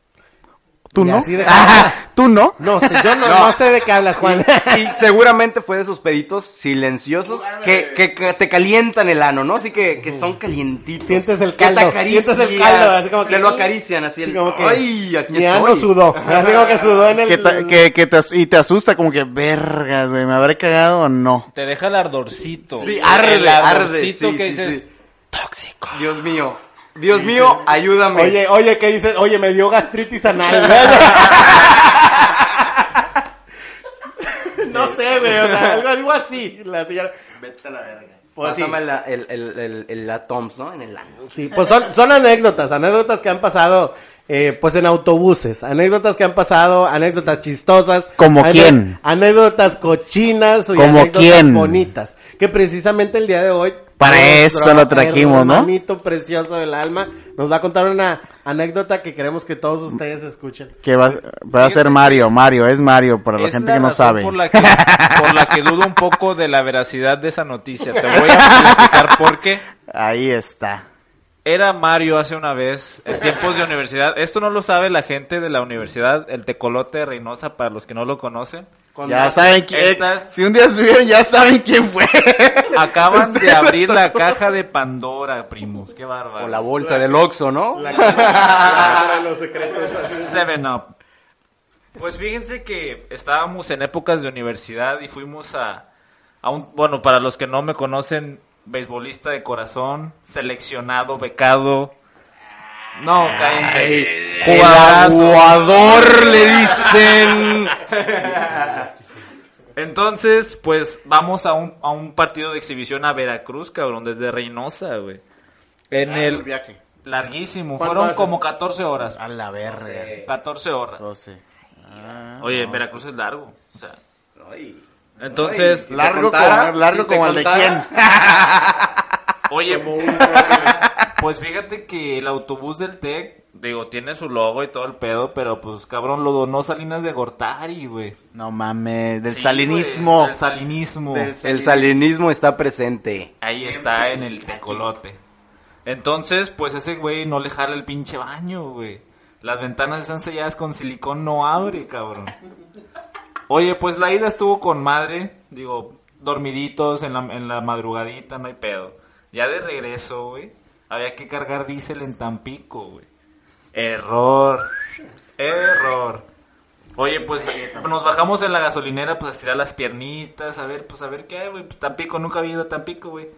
¿Tú
y
no?
así de-
¿Tú no?
No, sé, yo no,
No.
no sé de qué hablas, Juan.
Y seguramente fue de esos peditos silenciosos que, que, que te calientan el ano, ¿no? Así que, que son calientitos.
Sientes el
Que te
caldo,
acarician,
sientes el caldo, así como que-
Te lo acarician, así. el-
Sí, como que
Ay, aquí
mi ano
estoy".
sudó. Así como que sudó en el.
Que ta- que- que te as- y te asusta como que, vergas, güey, ¿me habré cagado o no?
Te deja el ardorcito.
Sí, arde,
el
arde. Sí,
ardorcito que
sí,
dices,
sí. Dios mío. Dios mío, ayúdame.
Oye, oye, ¿qué dices? Oye, me dio gastritis anal. no sé, güey, o sea, algo, algo así. La señora. Pues sí,
Pásame la, el, el, el, el- la Toms, ¿no? En el ano.
sí, pues son, son anécdotas, anécdotas que han pasado, eh, pues en autobuses, anécdotas que han pasado, anécdotas chistosas.
¿Como
ane-
quién?
Anécdotas cochinas y
¿Como
anécdotas
quién?
bonitas. Que precisamente el día de hoy.
Para
nuestro
eso lo trajimos, ¿no?
hermanito precioso del alma nos va a contar una anécdota que queremos que todos ustedes escuchen.
Que va, va a ser Mario, Mario, es Mario, para la
es
gente que no
razón
sabe.
Por la que, por la que dudo un poco de la veracidad de esa noticia. Te voy a explicar por qué.
Ahí está.
Era Mario hace una vez, en tiempos de universidad. Esto no lo sabe la gente de la universidad, el tecolote de Reynosa, para los que no lo conocen.
Con
Ya saben quién.
Estas-
Si un día estuvieron, ya saben quién fue.
Acaban
Ustedes
de abrir
los
la
tocó.
caja de Pandora, primos. Qué bárbaro.
Este O la bolsa del Oxxo, ¿no?
La cámara de los secretos.
Seven Up. Pues fíjense que estábamos en épocas de universidad y fuimos a, a un, bueno, para los que no me conocen, beisbolista de corazón, seleccionado, becado. No, cállense. Jugadorazo.
Jugador, le dicen.
Entonces, pues vamos a un, a un partido de exhibición a Veracruz, cabrón, desde Reynosa, güey. En el
viaje.
larguísimo,
¿Cuánto
fueron
haces?
como 14 horas.
A la verga.
14 horas. Oye, Veracruz es largo. O sea,
Ay.
entonces,
Ay,
Largo
contara,
como- largo
si te
como el de
contara.
Oye, pues fíjate que el autobús del TEC, digo, tiene su logo y todo el pedo, pero pues cabrón, lo donó Salinas de Gortari, güey.
No mames, del
Sí,
salinismo.
güey, Del salinismo.
El salinismo está presente.
Ahí está en el tecolote. Entonces, pues ese güey no le jala el pinche baño, güey. Las ventanas están selladas con silicón, no abre, cabrón. Oye, pues la ida estuvo con madre, digo, dormiditos en la, en la madrugadita, no hay pedo. Ya de regreso, güey, había que cargar diésel en Tampico, güey. Error, error. Oye, pues nos bajamos en la gasolinera, pues a estirar las piernitas, a ver, pues a ver qué hay, güey. Pues, Tampico, nunca había ido a Tampico, güey.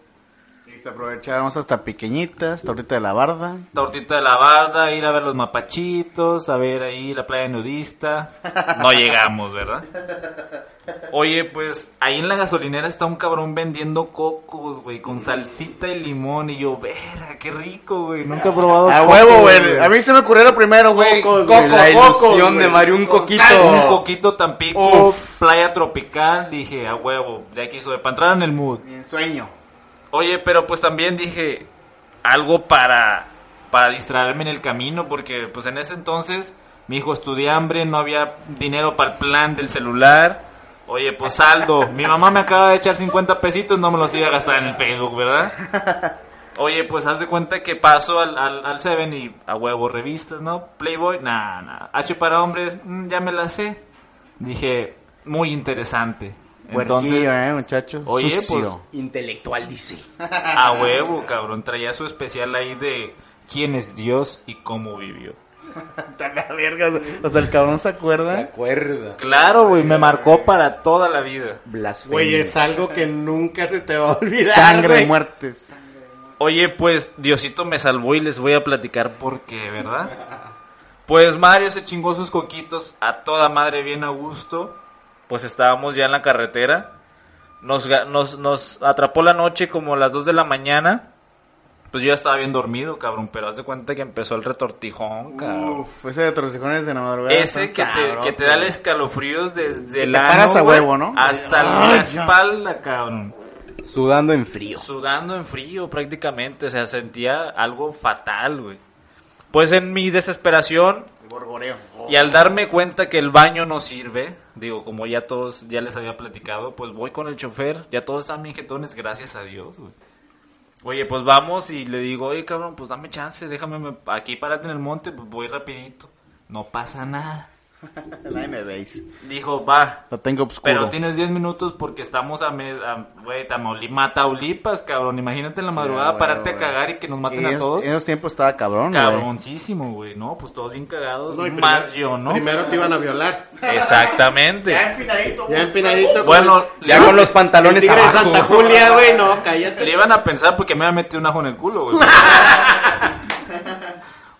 Y se aprovechamos hasta pequeñitas, hasta ahorita de la barda.
Tortita de la barda, ir a ver los mapachitos, a ver ahí la playa nudista. No llegamos, ¿verdad? Oye, pues ahí en la gasolinera está un cabrón vendiendo cocos, güey, con salsita y limón. Y yo, verga, qué rico, güey. Nunca he
Oh,
probado
A
coco,
huevo, güey. A mí se me ocurrió lo primero, güey.
Cocos,
Coco,
la
cocos,
ilusión
güey.
de Mario, un
Con
coquito.
sal.
Un coquito Tampico,
Uf.
playa tropical. Dije, a huevo, ya que hizo de para entrar en el mood.
Mi ensueño.
Oye, pero pues también dije algo para, para distraerme en el camino, porque pues en ese entonces mi hijo estudiaba hambre, no había dinero para el plan del celular. Oye, pues saldo, mi mamá me acaba de echar 50 pesitos, no me los iba a gastar en el Facebook, ¿verdad? Oye, pues haz de cuenta que paso al, al, al Seven y a huevo revistas, ¿no? Playboy, nada, nada. H para hombres, mm, ya me la sé. Dije, muy interesante.
Entonces,
Entonces,
eh, muchachos.
oye,
Sucio.
pues-
Intelectual dice.
a huevo, cabrón. Traía su especial ahí de quién es Dios y cómo vivió.
La verga, o sea, o sea, el cabrón se
¿Se
acuerda.
acuerda?
Claro, güey, me marcó para toda la vida.
Blasfemia.
Güey, es algo que nunca se te va a olvidar.
¡Ah,
Sangre,
güey.
muertes.
Oye, pues Diosito me salvó y les voy a platicar por qué, ¿verdad? Pues Mario se chingó sus coquitos a toda madre bien a gusto. Pues estábamos ya en la carretera. Nos, ga- nos, nos atrapó la noche como a las 2 de la mañana. Pues yo ya estaba bien dormido, cabrón, pero haz de cuenta que empezó el retortijón, cabrón.
Uf, ese de torcijones de la madrugada.
Ese
están
que te, que
sabrosos,
te da
güey.
escalofríos desde
te
el ano,
paras a
güey,
huevo, ¿no?
hasta
Ay,
la
ya.
espalda, cabrón
Sudando en frío.
sudando en frío prácticamente, o sea, sentía algo fatal, güey. Pues en mi desesperación y al darme cuenta que el baño no sirve, digo, como ya todos, ya les había platicado, pues voy con el chofer, ya todos están bien jetones, gracias a Dios, güey. Oye, pues vamos y le digo, oye, cabrón, pues dame chance, déjame me- aquí parate en el monte, pues voy rapidito. No pasa nada.
La M-Base.
Dijo, va,
Lo tengo oscuro.
pero tienes 10 minutos porque estamos a, me, a güey, Tamauli- Mataulipas, cabrón. Imagínate en la madrugada
güey,
pararte
güey.
a cagar y que nos maten
en,
a
esos-
todos.
en esos tiempos estaba cabrón, güey.
Cabroncísimo, güey. No, pues todos bien cagados.
No, y primero-
más yo, ¿no?
Primero te iban a violar.
Exactamente.
Ya empinadito. como
Bueno,
el-
Ya con los
el
pantalones
tigre de
abajo.
Santa Julia, güey, no, cállate.
le iban a pensar porque me había metido un ajo en el culo, güey.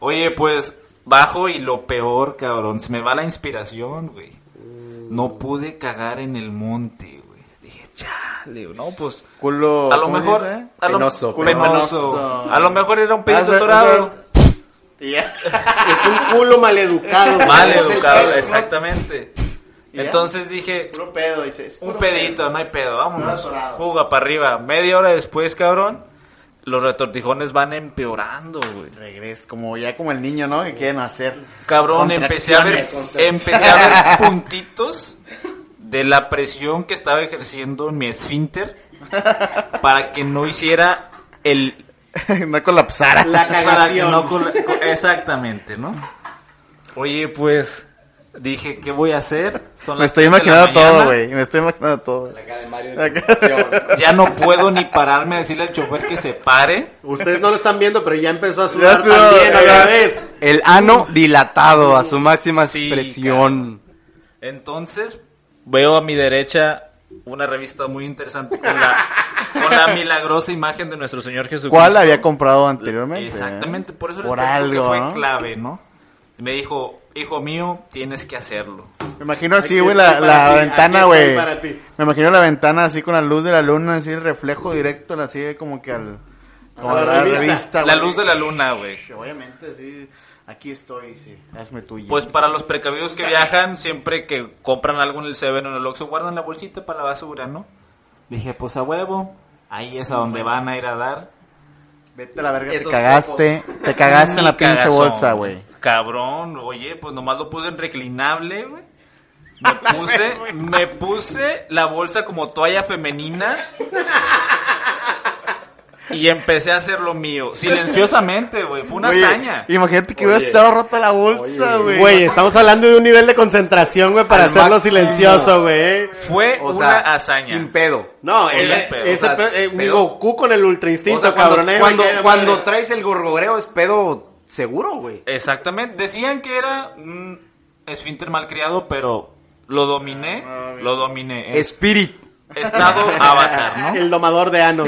Oye, pues bajo y lo peor, cabrón. Se me va la inspiración, güey. No pude cagar en el monte, güey. Dije, chale, no, pues.
Culo.
A lo
¿cómo se
mejor.
dice?
a lo-
Penoso,
penoso.
penoso.
A lo mejor era un
Ah,
pedito
se-
dorado.
Ya.
Es un culo maleducado. güey.
Mal
Es el
educado,
pedo.
exactamente.
¿Ya?
Entonces dije,
Puro pedo, dices.
un pedito, no hay pedo, vámonos.
dorado.
Fuga para arriba. Media hora después, cabrón, los retortijones van empeorando, güey.
Regres, como ya como el niño, ¿no? Que quieren hacer.
Cabrón, empecé a ver,
Contracciones.
empecé a ver puntitos de la presión que estaba ejerciendo en mi esfínter para que no hiciera el
no colapsara.
La
para que
cagación.
no col- co- exactamente, ¿no? Oye, pues dije, ¿qué voy a hacer? Son
Me
las
estoy
tres de la
imaginando todo,
mañana.
güey. Me estoy imaginando todo.
La cara de Mario
La
de
cara-
preocupación.
Ya no puedo ni pararme a decirle al chofer que se pare.
Ustedes no lo están viendo, pero ya empezó a sudar
sudó,
también,
ya.
otra vez.
El ano dilatado a su máxima
Sí,
expresión.
Entonces veo a mi derecha una revista muy interesante con la, con la milagrosa imagen de nuestro Señor Jesucristo.
¿Cuál había comprado anteriormente? eh?
Exactamente, por eso les
Por
platico
algo,
que fue
¿no?
clave, ¿no? Y Me dijo, hijo mío, tienes que hacerlo.
Me imagino así,
Aquí
güey,
estoy
la,
para
la
ti, aquí
ventana,
estoy
güey.
para ti.
Me imagino la ventana así con la luz de la luna, así el reflejo directo, así de como que al. Como
A la revista.
La
güey.
luz de la luna, güey.
Obviamente, sí. Aquí estoy, sí. Hazme tuya.
Pues para los precavidos que viajan, siempre que compran algo en el Seven o en el Oxxo, guardan la bolsita para la basura, ¿no? Dije, pues a huevo, ahí es a donde van a ir a dar.
Vete a la verga, te
Esos
cagaste. Te cagaste en la
Ni
pinche
cagazón,
bolsa, güey.
Cabrón, oye, pues nomás lo puse en reclinable, güey. Me puse, me puse la bolsa como toalla femenina y empecé a hacer lo mío, silenciosamente, güey. Fue una
Oye,
hazaña.
Imagínate que hubiera estado rota la bolsa, güey.
Güey, estamos hablando de un nivel de concentración, güey, para
Al
hacerlo
máximo.
silencioso, güey.
Fue
O
una
sea,
hazaña.
Sin pedo.
No,
Sí,
ese,
pero,
ese
o sea,
pe- eh,
pero-
digo, Goku con el ultra instinto,
O sea, cuando,
cabrón. eh,
cuando,
valiendo
cuando
madre.
traes el gorgoreo es pedo seguro, güey.
Exactamente. Decían que era un esfínter malcriado, pero lo
Ah,
dominé, lo dominé. Es
Spirit.
estado avatar, ¿no?
El domador de Ano.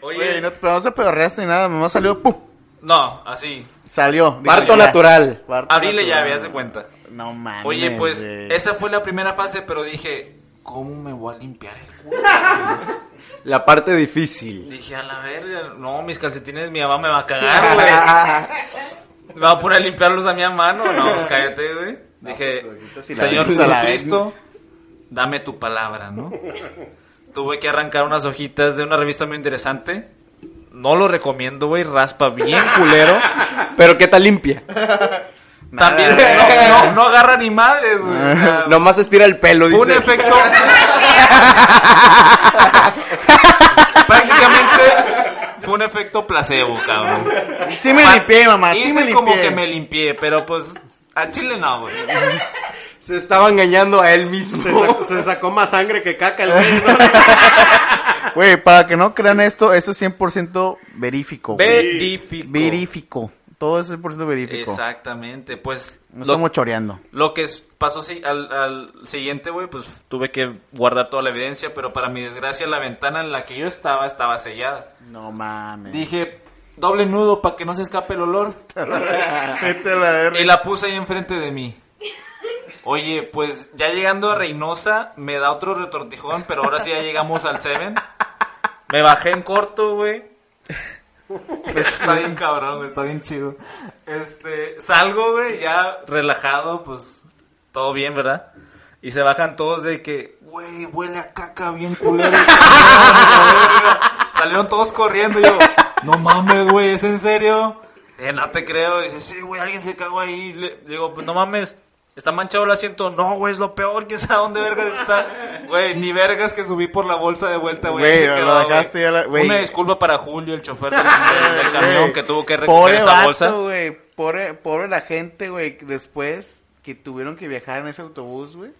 Güey, no, pero no se pedorreaste ni nada, mamá salió, ¡pum!
No, así.
Salió.
Parto
Dijo, ya.
natural.
Parto
Abrí la
natural.
llave, haz de cuenta.
No mames.
Oye, pues
güey.
esa fue la primera fase, pero dije, ¿cómo me voy a limpiar el culo?
La parte difícil.
Dije, a la verga, no, mis calcetines, mi mamá me va a cagar, güey. Me va a poner a limpiarlos a mi mano. No, pues cállate, güey. Dije,
si pues, la
Señor
ves, a la
Jesucristo, dame tu palabra, ¿no? Tuve que arrancar unas hojitas de una revista muy interesante. No lo recomiendo, güey, raspa bien culero.
Pero qué tal limpia.
También no, no, no agarra ni madres, güey. O sea,
Nomás estira el pelo.
Fue un
dice.
efecto. Prácticamente fue un efecto placebo, cabrón.
Sí me
Pa-
limpié, mamá, sí
Hice
me limpié.
como que me limpié, pero pues a Chile no, güey.
Se estaba engañando a él mismo.
Se sacó, se sacó más sangre que caca el güey, ¿no?
Güey, para que no crean esto, esto es 100% verífico. güey.
Verifico.
Verífico. Todo es 100% verífico.
Exactamente, pues
No
lo-
estamos choreando.
Lo que s- pasó si- al, al siguiente, güey, pues tuve que guardar toda la evidencia, pero para mi desgracia la ventana en la que yo estaba estaba sellada.
No mames.
Dije, doble nudo para que no se escape el olor.
Vete a la verga.
Y la puse ahí enfrente de mí. Oye, pues ya llegando a Reynosa, me da otro retortijón, pero ahora sí ya llegamos al Seven. Me bajé en corto, güey. Está bien cabrón, güey, está bien chido. Este, salgo, güey, ya relajado, pues todo bien, ¿verdad? Y se bajan todos de que, güey, huele a caca bien culero. Salieron todos corriendo y yo, no mames, güey, ¿es en serio? Eh, no te creo. Dice, sí, güey, alguien se cagó ahí. Le, le digo, pues no mames, está manchado el asiento. No, güey, es lo peor, que sabe dónde vergas está. Güey, ni vergas que subí por la bolsa de vuelta, güey.
Güey,
ahí se
lo
quedó,
dejaste
güey.
ya la- güey.
Una disculpa para Julio, el chofer del, del- del camión
Güey,
que tuvo que
pobre
recoger esa
vato,
bolsa.
güey. Pobre, pobre la gente, güey, que después que tuvieron que viajar en ese autobús, güey.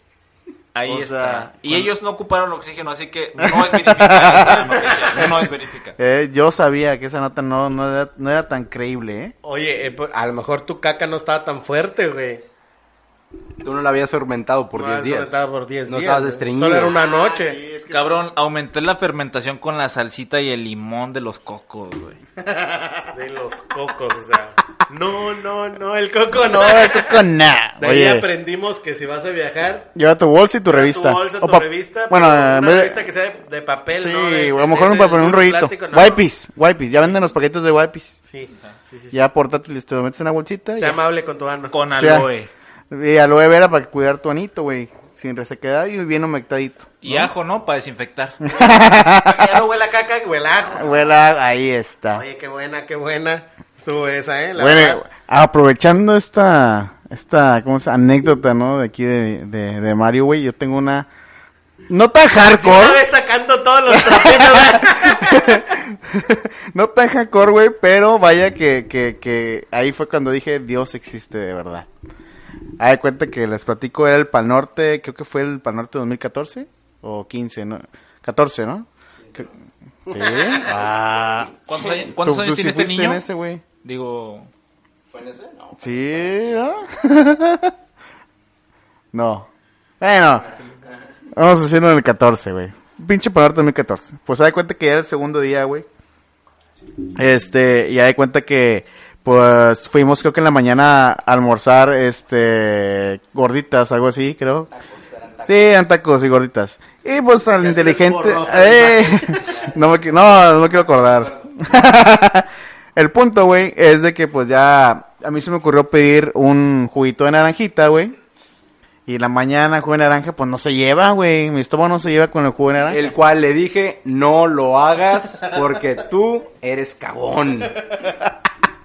Ahí
o
está.
sea,
y
cuando-
ellos no ocuparon oxígeno, así que no es verificable esa noticia. No es verificable.
Eh, yo sabía que esa nota no, no, era, no era tan creíble, ¿eh?
Oye, eh, pues, a lo mejor tu caca no estaba tan fuerte, güey.
Tú no la habías fermentado por
No,
10
eso
días.
Ah, estaba por 10
No
días,
estabas
güey.
estreñido.
Solo era una noche.
Cabrón, aumenté la fermentación con la salsita y el limón de los cocos, güey.
De los cocos, o sea. No, no, no, el coco no.
con nada.
De ahí
Oye,
aprendimos que si vas a viajar,
lleva tu bolsa y tu revista.
tu bolsa,
O
tu
pa-
revista,
Bueno,
pero una
en vez de-
revista que sea de, de papel,
Sí,
¿no? De-
a
de-
lo mejor
de
un papel,
ese
un
de
rollito.
plástico, no.
Wipes, wipes. Ya venden los paquetes de wipes.
Sí, sí, sí. sí.
Ya portátiles, te lo metes en una bolsita. y
Sea amable con tu mano.
Con
sea-
aloe.
Y aloe vera para cuidar tu anito, güey. Sin resequedad y bien humectadito.
Y ajo, ¿no? Para desinfectar.
Ya no huele a caca, huele a ajo.
Abuela, ahí está.
Ah. Oye, qué buena, qué buena. Estuvo esa, ¿eh? La
Bueno,
verdad.
aprovechando esta, esta, ¿cómo se llama? Anécdota, ¿no? De aquí de, de, de Mario, güey. Yo tengo una. No tan
Una
hardcore.
vez sacando todos los
Eh,
trapitos.
no tan hardcore, güey. Pero vaya que, que, que ahí fue cuando dije: Dios existe de verdad. Ah, de cuenta que les platico, era el Pal Norte, creo que fue el Pal Norte 2014 o 15, ¿no? 14, ¿no? Que- Sí. Ah.
¿Cuántos años, cuántos
¿Tú- tú
años
sí
tiene este
fuiste
niño?
en ese, güey?
Digo,
Sí, ¿no? no. Bueno, vamos a decirlo en el 14, güey. Pinche palarte en el 14. Pues se da cuenta que ya era el segundo día, güey. Este, y ya de cuenta que, pues, fuimos creo que en la mañana a almorzar, este, gorditas, algo así, creo. Sí, eran tacos y gorditas. Y pues al inteligente...
borroso,
eh, no, me, qui- no, no me quiero acordar. El punto, güey, es de que pues ya a mí se me ocurrió pedir un juguito de naranjita, güey. Y en la mañana jugo de naranja pues no se lleva, güey. Mi estómago no se lleva con el jugo de naranja.
El cual le dije, no lo hagas porque tú eres cagón.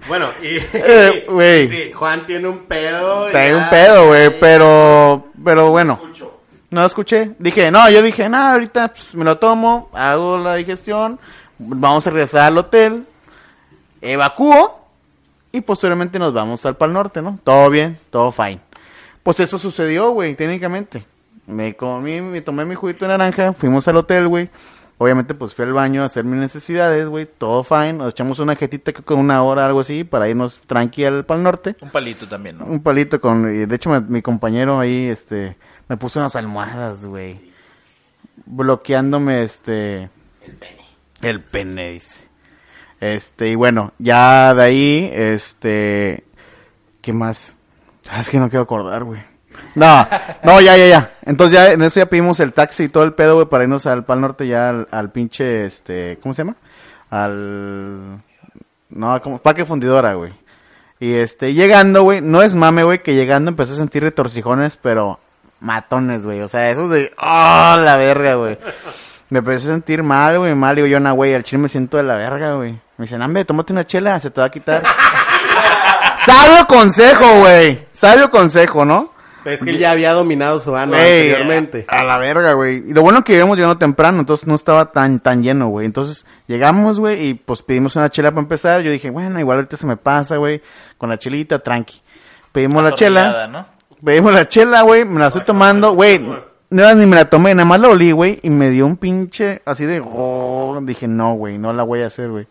Bueno, y,
Eh,
y-
güey.
sí, Juan tiene un pedo.
Trae
ya.
un pedo, güey, pero pero bueno. No lo escuché. Dije, no, yo dije, no, ahorita pues, me lo tomo, hago la digestión, vamos a regresar al hotel, evacúo y posteriormente nos vamos al Pal Norte, ¿no? Todo bien, todo fine. Pues eso sucedió, güey, técnicamente. Me comí, me tomé mi juguito de naranja, fuimos al hotel, güey. Obviamente, pues fui al baño a hacer mis necesidades, güey, todo fine. Nos echamos una jetita creo que una hora, algo así, para irnos tranqui al Pal Norte
un palito también, ¿no?
un palito con y de hecho me- mi compañero ahí este me puso unas almohadas güey bloqueándome este el pene el pene dice este y bueno ya de ahí este qué más Ah, es que no quiero acordar güey no no ya ya ya entonces ya en eso ya pedimos el taxi y todo el pedo güey para irnos al pal norte ya al, al pinche este cómo se llama al no como parque fundidora güey y este, llegando, güey, no es mame, güey, que llegando empecé a sentir retorcijones, pero matones, güey. O sea, eso de, ¡oh, la verga, güey! Me empecé a sentir mal, güey, mal. Digo yo, no, güey, al chile me siento de la verga, güey. Me dicen, hombre, tómate una chela, se te va a quitar. Sabio consejo, güey. Sabio consejo, ¿no?
Es que él ya había dominado su ano
Güey, ah,
anteriormente.
A, a la verga, güey. Y lo bueno que íbamos llegando temprano, entonces no estaba tan, tan lleno, güey. Entonces llegamos, güey, y pues pedimos una chela para empezar. Yo dije, bueno, igual ahorita se me pasa, güey, con la chelita, tranqui. Pedimos la chela.
Tortillada, ¿no?
Pedimos la chela, güey, me la estoy tomando, güey. No, ni me la tomé, nada más la olí, güey, y me dio un pinche así de... "Oh", dije, no, güey, no la voy a hacer, güey.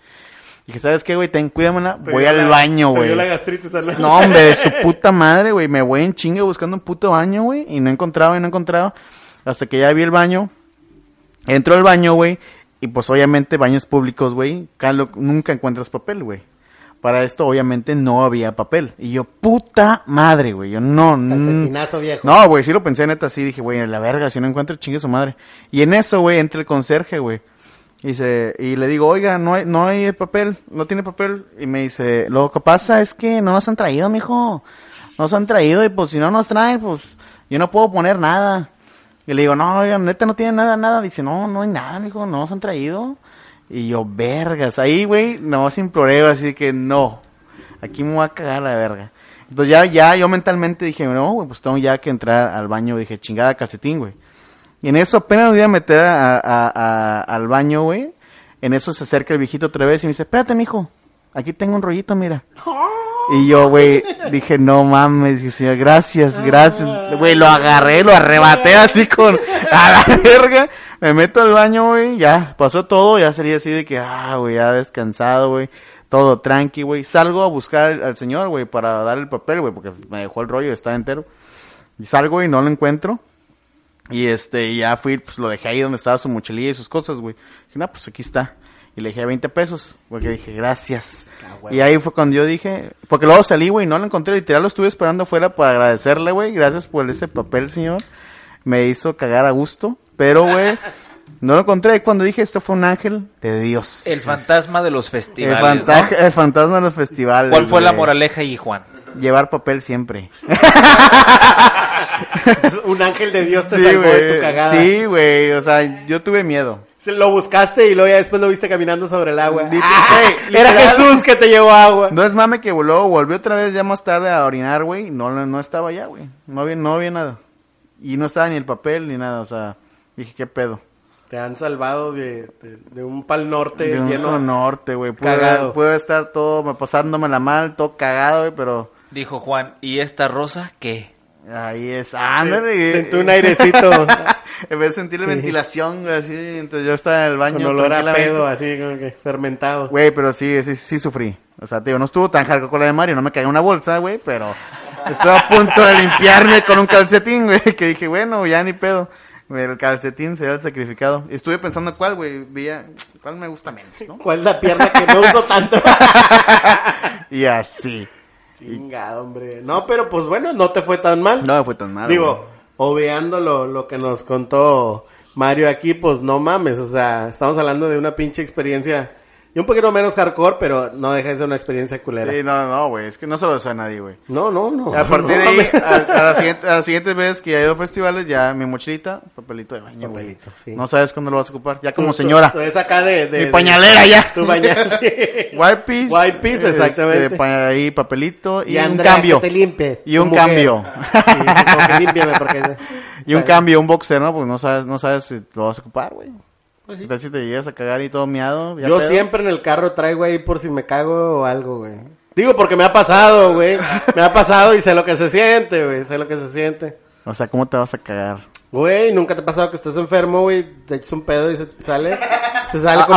Dije, ¿sabes qué, güey? Ten, cuídamela,
Te
voy
dio
al
la-
baño,
te
güey.
dio la gastritis al baño.
No, hombre, de su puta madre, güey. Me voy en chinga buscando un puto baño, güey. Y no encontraba, y no encontraba. Hasta que ya vi el baño. Entro al baño, güey. Y pues obviamente baños públicos, güey. calo- Nunca encuentras papel, güey. Para esto obviamente no había papel. Y yo, puta madre, güey. Yo no, no.
Calcetinazo viejo.
Mm. No, güey, sí lo pensé neta, sí dije, güey, la verga, si no encuentro, chingue su madre. Y en eso, güey, entra el conserje, güey. Y, se, y le digo, oiga, no hay, no hay papel, no tiene papel. Y me dice, lo que pasa es que no nos han traído, mijo. No Nos han traído y pues si no nos traen, pues yo no puedo poner nada. Y le digo, no, oiga, neta, no tiene nada, nada. Dice, no, no hay nada, mijo, no nos han traído. Y yo, vergas, ahí, güey, nomás imploré, así que no, aquí me voy a cagar la verga. Entonces ya, ya yo mentalmente dije, no, güey, pues tengo ya que entrar al baño. Dije, chingada calcetín, güey. Y en eso apenas me iba a meter a- a- a- al baño, güey. En eso se acerca el viejito otra vez y me dice, espérate, mijo, aquí tengo un rollito, mira. Y yo, güey, dije, no mames, dije, "Señor, gracias, gracias. Güey, lo agarré, lo arrebaté así con, a la verga. Me meto al baño, güey, ya, pasó todo, ya sería así de que, ah, güey, ya descansado, güey. Todo tranqui, güey. Salgo a buscar al- al señor, güey, para dar el papel, güey, porque me dejó el rollo, estaba entero. Y salgo y no lo encuentro. Y este, y ya fui, pues lo dejé ahí donde estaba su mochililla y sus cosas, güey. Dije, no, pues aquí está. Y le dejé 20 pesos, porque dije, gracias. y ahí fue cuando yo dije, porque luego salí, güey, no lo encontré, literal lo estuve esperando afuera para agradecerle, güey, gracias por ese papel, señor. Me hizo cagar a gusto, pero, güey, no lo encontré. Y cuando dije, esto fue un ángel de Dios.
El fantasma de los
El,
festivales.
fanta-
¿no?
el fantasma de los festivales.
¿Cuál fue la
güey.
moraleja ahí, Juan?
Llevar papel siempre.
Un ángel de Dios te salvó de tu cagada.
Sí, güey, o sea, yo tuve miedo.
Se- Lo buscaste y luego ya después lo viste caminando sobre el agua.
Literal.
¡Ah! Era
Literal.
Jesús que te llevó agua.
No es mame que luego volvió otra vez ya más tarde a orinar, güey. y No, no estaba ya, güey. No había, no había nada. Y no estaba ni el papel ni nada. O sea, dije, ¿qué pedo?
Te han salvado de, de- de un pal norte
de un
lleno.
solo norte, güey.
Cagado.
Puedo, estar todo pasándomela mal, todo cagado, güey, pero
Dijo Juan, ¿y esta rosa qué?
ahí es.
Sí,
Ándale.
Sentí un airecito
Empecé a sentir la ventilación, güey, así. Entonces yo estaba en el baño.
con olor a
tranquilamente.
pedo, así como que fermentado.
Güey, pero sí, sí, sí sufrí. O sea, te digo, no estuvo tan hardcore con la de Mario, no me caí en una bolsa, güey, pero estuve a punto de limpiarme con un calcetín, güey, que dije, bueno, ya ni pedo. El calcetín será el sacrificado. Y estuve pensando cuál, güey, veía, cuál me gusta menos, ¿no?
¿Cuál es la pierna que no uso tanto?
Y así.
Chingado, hombre. No, pero pues bueno, no te fue tan mal.
No me fue tan mal.
Digo, obviando lo, lo que nos contó Mario aquí, pues no mames, o sea, estamos hablando de una pinche experiencia y un poquito menos hardcore, pero no deja de ser una experiencia culera.
güey. Sí, no, no, güey, es que no se lo deseo a nadie, güey.
No, no, no.
A partir
Oh, No
de ahí,
mames.
a, a la siguiente, a las siguientes veces que ya he ido a festivales, ya mi mochilita, papelito de baño, güey.
Papelito, sí.
No sabes cuándo lo vas a ocupar, ya como
Tú-
señora.
tú- tú es acá de, de-
Mi
de-
pañalera ya.
Tu bañera, sí.
White Piece.
White Piece,
este,
exactamente.
pa- ahí papelito y, un
Andrea,
cambio.
que te limpie,
Y
tu
un
mujer.
cambio.
Sí, como que límpiame porque...
Y un cambio, un boxer, ¿no? Porque no sabes, no sabes si lo vas a ocupar, güey.
Pues sí.
¿Qué tal si te llegas a cagar y todo miado? Ya
Yo
pedo.
siempre en el carro traigo ahí por si me cago o algo, güey. Digo porque me ha pasado, güey. Me ha pasado y sé lo que se siente, güey. Sé lo que se siente.
O sea, ¿cómo te vas a cagar?
Güey, nunca te ha pasado que estés enfermo, güey. Te echas un pedo y se te sale. Se sale
Ah,
con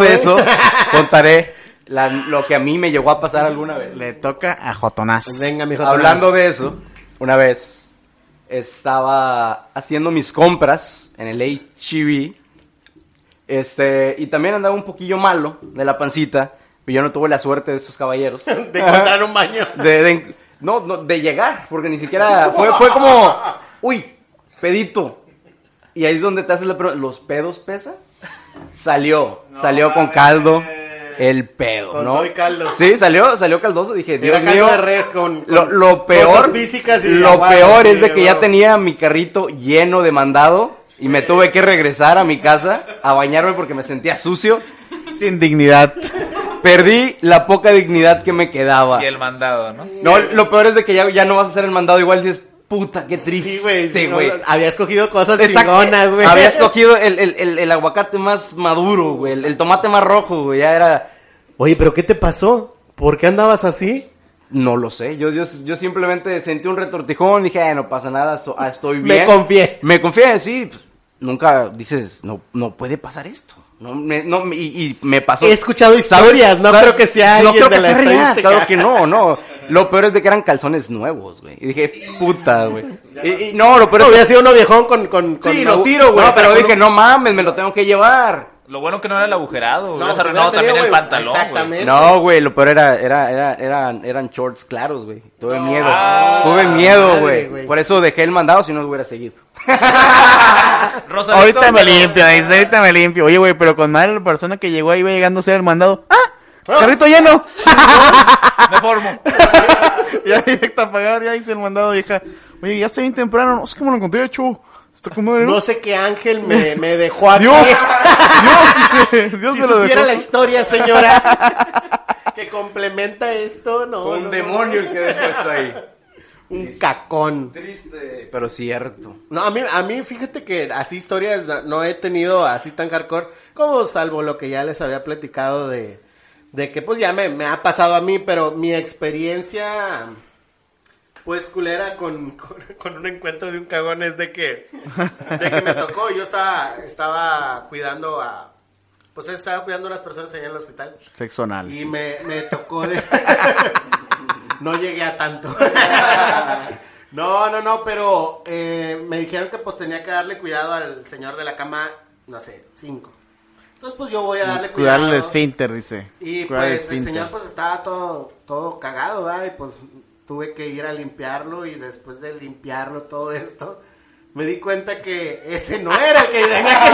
veneno,
de
güey.
eso, contaré la- lo que a mí me llegó a pasar alguna vez.
Le toca a Jotonás.
Pues Venga, mijo.
Hablando de eso, una vez estaba haciendo mis compras en el HB. Este, y también andaba un poquillo malo de la pancita. Y yo no tuve la suerte de esos caballeros.
De encontrar un baño.
De, de- no, no, de llegar, porque ni siquiera fue, fue como, uy, pedito. Y ahí es donde te haces la pregunta, ¿los pedos pesan? Salió, salió con caldo el pedo,
Con
¿no?
todo y caldo.
Sí, salió, salió caldoso, dije, Dios
Era caldo
mío,
de res con-
lo,
con
lo
cosas
peor,
físicas y
lo
aguado,
peor
sí,
es de que ya
aguado.
tenía mi carrito lleno de mandado y me tuve que regresar a mi casa a bañarme porque me sentía sucio.
Sin dignidad.
Perdí la poca dignidad que me quedaba.
Y el mandado, ¿no?
No, lo peor es de que ya, ya no vas a hacer el mandado igual si es puta, qué triste,
Sí, güey. sí, no,
güey.
había escogido cosas
Exacto.
chingonas, güey.
Habías cogido el, el- el- el aguacate más maduro, güey, el, el tomate más rojo, güey, ya era...
Oye, pero ¿qué te pasó? ¿Por qué andabas así?
No lo sé, yo, yo, yo simplemente sentí un retortijón, dije, "Ah, no pasa nada, so- ah, estoy bien.
Me confié.
Me confié, sí. pues, Nunca dices, no, no puede pasar esto. No, me, no, me- y, y me pasó.
He escuchado historias, no
¿Sabes?
creo que sea
No
alguien
creo
de
que
la
sea real,
estadística.
claro que no, no. Lo peor es de que eran calzones nuevos, güey. Y dije, puta, güey. Y, y no, lo peor
Pero
es
hubiera sido uno viejón con... con,
que...
con
Sí,
la-
lo tiro, güey.
No,
pero
con
dije,
un-
no mames, me lo tengo que llevar.
Lo bueno que no era el agujerado,
No, pues,
hubieras
se hubiera
arruinado también
tenido,
el
güey.
pantalón, güey.
Exactamente.
No, güey, lo peor era, era, era, eran, eran shorts claros, güey. Tuve miedo. Tuve
madre,
miedo, güey.
güey.
Por eso dejé el mandado, si no lo hubiera seguido.
Rosa
Ahorita
Víctor,
me
pero-
limpio, dice, ahorita me limpio. Oye, güey, pero con madre la persona que llegó ahí, va llegando a ser el mandado. ¡Ah! ¡Carrito lleno!
Me formo.
ya directo a pagar, ya hice el mandado, vieja. Oye, ya está bien temprano, no sé cómo lo encontré, chavo. Está con madre, ¿no?
No sé qué ángel me, me dejó aquí.
Dios, Dios, dice, Dios
si
me lo
supiera
dejó.
la historia, señora, que complementa esto, no. no, no.
el que dejó ahí.
Un cacón.
Triste, pero cierto.
No, a mí, a mí, fíjate que así historias no- no he tenido así tan hardcore, como salvo lo que ya les había platicado de, de que pues ya me, me ha pasado a mí, pero mi experiencia, pues culera con, con, con un encuentro de un cagón es de que, de que me tocó, yo estaba, estaba cuidando a, pues estaba cuidando a las personas allá en el hospital.
Sexo anal.
Y me, me tocó de... no llegué a tanto. no, no, no, pero eh, me dijeron que pues tenía que darle cuidado al señor de la cama, no sé, cinco. Entonces pues yo voy a darle cuidado.
Cuidar el esfínter, dice.
Y
Cuidar
pues el
esfínter.
señor pues estaba todo, todo cagado, ¿verdad? Y pues tuve que ir a limpiarlo y después de limpiarlo todo esto, me di cuenta que ese no era el que tenía que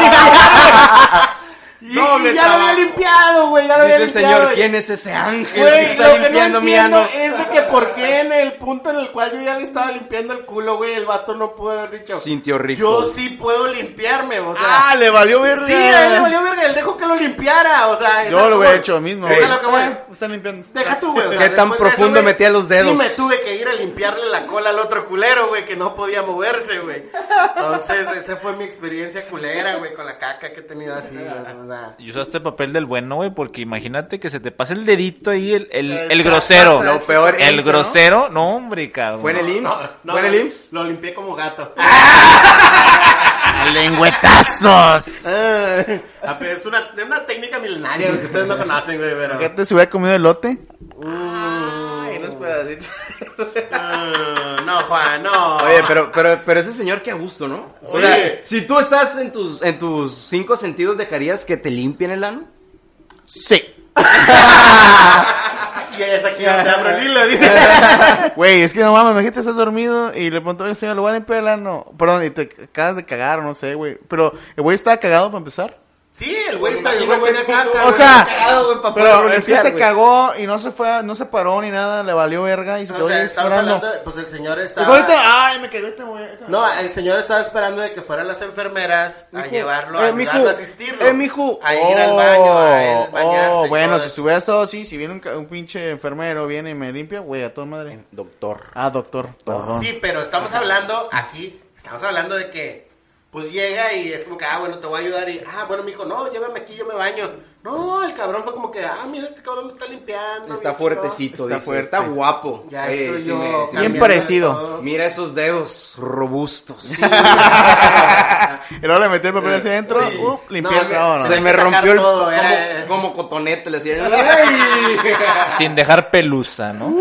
limpiar. Y,
Doble
y ya lo había
trabajo.
limpiado, güey, ya lo
Dice
había
el
limpiado.
señor, ¿quién es ese ángel que
Güey,
está
lo que no
limpiando mi
entiendo
ano?
es de que por qué en el punto en el cual yo ya le estaba limpiando el culo, güey, el vato no pudo haber dicho.
Sintió rico.
Yo sí puedo limpiarme, o sea.
Ah, le valió verga.
Sí, a él le valió verga, él dejó que lo limpiara, o sea. es
Yo
algo
lo hubiera
como-
hecho lo mismo.
Es
güey.
a lo que voy.
Ah, Están limpiando.
Deja tú, güey. o sea,
Qué
después
tan
de eso,
profundo
güey,
metía los dedos.
Sí, me tuve que ir a limpiarle la cola al otro culero, güey, que no podía moverse, güey. Entonces, esa fue mi experiencia culera, güey, con la caca que he tenido así, güey, o sea.
Y usaste el papel del bueno, güey, porque imagínate que se te pase el dedito ahí, el, el,
Eh,
el
ya
grosero.
pasa,
Lo peor
sí,
El
¿no?
grosero, no, hombre, cabrón.
¿Fue en el
No,
IMSS?
no,
¿Fue en el
lo-
IMSS?
Lo limpié como gato.
Ah,
¡Lengüetazos!
Ah, es una, es una técnica milenaria güey, que ustedes no conocen, güey, pero.
¿Qué te si hubiera comido elote?
Mm,
unos pedacitos.
ah, no, Juan, no.
Oye, pero, pero, pero ese señor qué a gusto, ¿no? O
Sí.
sea, si tú estás en tus, en tus cinco sentidos, ¿dejarías que te limpien el ano?
Sí.
Y es aquí donde abro el hilo, dice.
Güey, es que no mames, imagínate, estás dormido y le preguntó al señor, ¿lo voy a limpiar el ano? Perdón, y te acabas de cagar, no sé, güey. Pero el güey estaba cagado para empezar.
Sí, el güey está el güey tenía caca.
O
güey.
sea, pero
poderlo
es que
limpiar,
se
güey.
cagó y no se fue, no se paró ni nada, le valió verga y se
o
quedó
sea,
ahí
estamos
esperando.
hablando. de- pues el señor
Dijo, ahorita,
estaba.
ay, me cagué, te voy a- ahorita-
No, el señor estaba esperando de que fueran las enfermeras a
Mijo,
llevarlo,
eh,
a ayudarlo,
mijo,
a asistirlo.
eh, mijo.
A ir al baño, a él bañarse.
Oh,
y
bueno,
todo
si
eso.
estuviera estado así, si viene un, ca- un pinche enfermero, viene y me limpia, güey, a toda madre.
Doctor.
Ah, doctor, perdón.
Sí, pero estamos hablando aquí, estamos hablando de que pues llega y es como que, ah, bueno, te voy a ayudar y, ah, bueno, mijo, no, llévame aquí, yo me baño. No, el cabrón fue como que, ah, mira, este cabrón me está limpiando.
Está
bien
fuertecito,
Está
dice,
fuerte.
Está guapo.
chingón. Ya
Sí,
estoy
sí
yo.
me- sí me-
cambiando
parecido.
todo.
Mira esos dedos robustos.
Y luego le metí el papel hacia adentro,
Sí.
uh,
No,
limpié el
se-
sábado, ¿no?
Se
Hay
me
que sacar
rompió el
todo,
como-
era-
como, cotonete le hacían. ¡Ay!
Sin dejar pelusa, ¿no?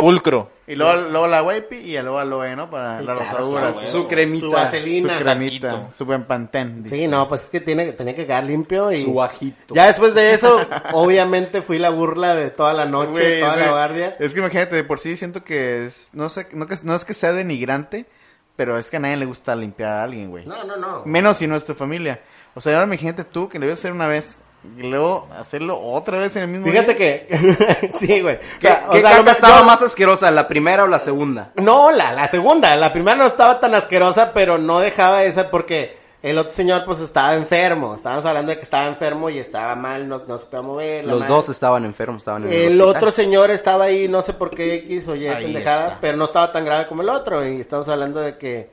Pulcro.
Y luego, luego la waipi y luego aloe, E, ¿no? Para la
claro,
rosadura.
sí,
su,
Su cremita.
Su
su
vaselina.
cremita,
Taquito.
su buen pantén. dice.
Sí, no, pues es que tiene, tenía que quedar limpio y...
Su guajito.
Ya después de eso, obviamente fui la burla de toda la noche,
Güey,
toda la
güey,
guardia.
Es que imagínate, de por sí siento que es, no sé, no, que- no es que sea denigrante, pero es que a nadie le gusta limpiar a alguien, güey.
No, no, no.
Menos si no es tu familia. O sea, ahora imagínate tú que le voy a hacer una vez y luego hacerlo otra vez en el mismo
Fíjate
día.
que... sí, güey.
¿Qué,
O
qué
sea, lo
caca
me-
estaba
yo-
más asquerosa, la primera o la segunda?
No, la, la segunda. La primera no estaba tan asquerosa, pero no dejaba esa porque el otro señor pues estaba enfermo. Estábamos hablando de que estaba enfermo y estaba mal, no, no se podía mover. la
Los
madre.
dos estaban enfermos, estaban en el,
El
hospital.
otro señor estaba ahí, no sé por qué X o Y
Ahí
pendejada,
está.
pero no estaba tan grave como el otro. Y estamos hablando de que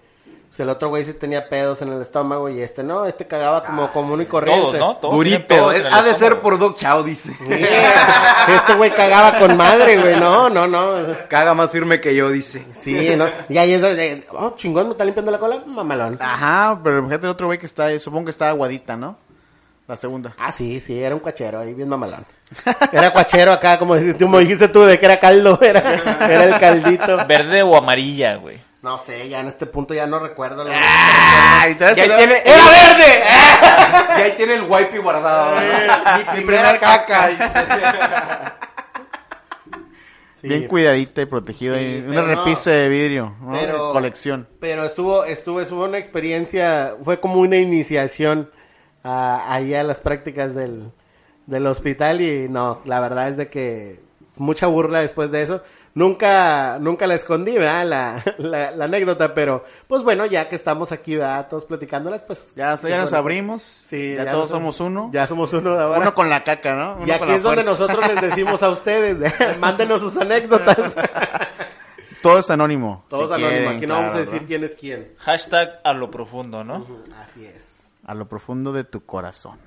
Pues el otro güey sí tenía pedos en el estómago y este no, este cagaba como común y corriente.
Todos, ¿no? Todos tienen
Durito.
pedos en
eh,
el
Ha de ser
estómago.
por Doc Chao, dice.
Sí, este güey cagaba con madre, güey, no, no, no.
Caga más firme que yo, dice.
Sí, no. Y ahí es donde, oh, chingón, me está limpiando la cola, mamalón.
Ah, Ajá, pero imagínate el otro güey que está, eh, supongo que está aguadita, ¿no? La segunda.
Ah, sí, sí, era un cuachero ahí, bien mamalón. Era cuachero acá, como, dices- como dijiste tú, de que era caldo, era, era el caldito.
Verde o amarilla, güey.
No sé, ya en este punto ya no recuerdo. lo-
¡Ay!
Y ahí tiene,
¡Ah! ¡Era verde!
y ahí tiene el wipe guardado. ¿no? Mi primera caca, dice.
Sí,
Bien cuidadita y protegida.
Sí,
y una
pero no.
repisa de vidrio, ¿no?
pero-
De colección.
Pero estuvo, estuvo, estuvo una experiencia, fue como una iniciación a, ahí a las prácticas del, del hospital y no, la verdad es de que mucha burla después de eso. Nunca, nunca la escondí, ¿verdad? La, la, la anécdota, pero pues bueno, ya que estamos aquí, ¿verdad? Todos platicándolas, pues...
Ya, ya
pues,
nos
bueno.
abrimos.
Sí,
ya,
ya
todos
nos-
somos uno.
Ya somos uno de ahora.
Uno con la caca, ¿no? Uno con
y aquí
la
es donde
fuerza.
nosotros les decimos a ustedes, mándenos sus anécdotas.
Todo es anónimo.
Todos
si
anónimos,
quieren,
aquí no
claro,
vamos a decir
¿verdad?
quién es quién.
Hashtag a lo profundo, ¿no?
Así es.
A lo profundo de tu corazón.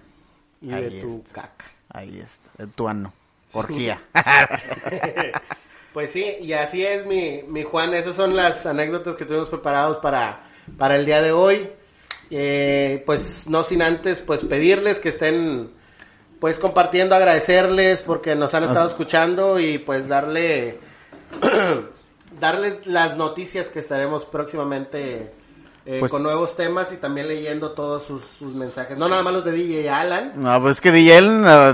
Y
Ahí
de tu
está.
caca.
Ahí está. De tu ano. Orgía.
Pues sí, y así es mi, mi Juan, esas son las anécdotas que tuvimos preparados para, para el día de hoy. Eh, pues no sin antes pues pedirles que estén pues compartiendo, agradecerles porque nos han estado escuchando y pues darle darles las noticias que estaremos próximamente eh,
Pues-
con nuevos temas y también leyendo todos sus, sus mensajes. No nada más los de DJ Alan.
no, pues es que DJ eh,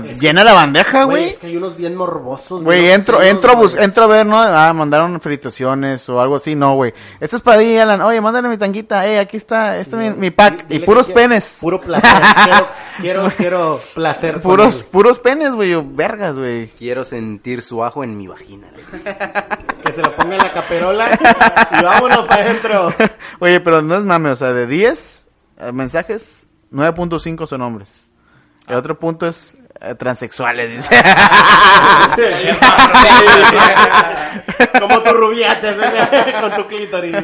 Es que
llena
sí.
la bandeja,
Güey,
güey.
es que hay unos bien morbosos.
Güey,
bien
entro,
obscenos,
entro, a bus-
güey.
entro a ver, ¿no? Ah, mandaron felicitaciones o algo así, no, güey. Esta es para ti, Alan. Oye, mándale mi tanguita. Eh, aquí está, este es mi, mi pack.
Dile
Y
que
puros
quiero-
penes.
Puro placer. quiero, quiero, quiero placer. con
puros,
él.
puros penes, güey. yo, Vergas, güey.
Quiero sentir su ajo en mi vagina. le dice.
Que se lo ponga en la caperola y vámonos para adentro.
Oye, pero no es mame, o sea, de 10 eh, mensajes, 9.5 son hombres. El otro punto es eh, transexuales, dice.
Como tu rubiates ¿eh? con tu clítoris.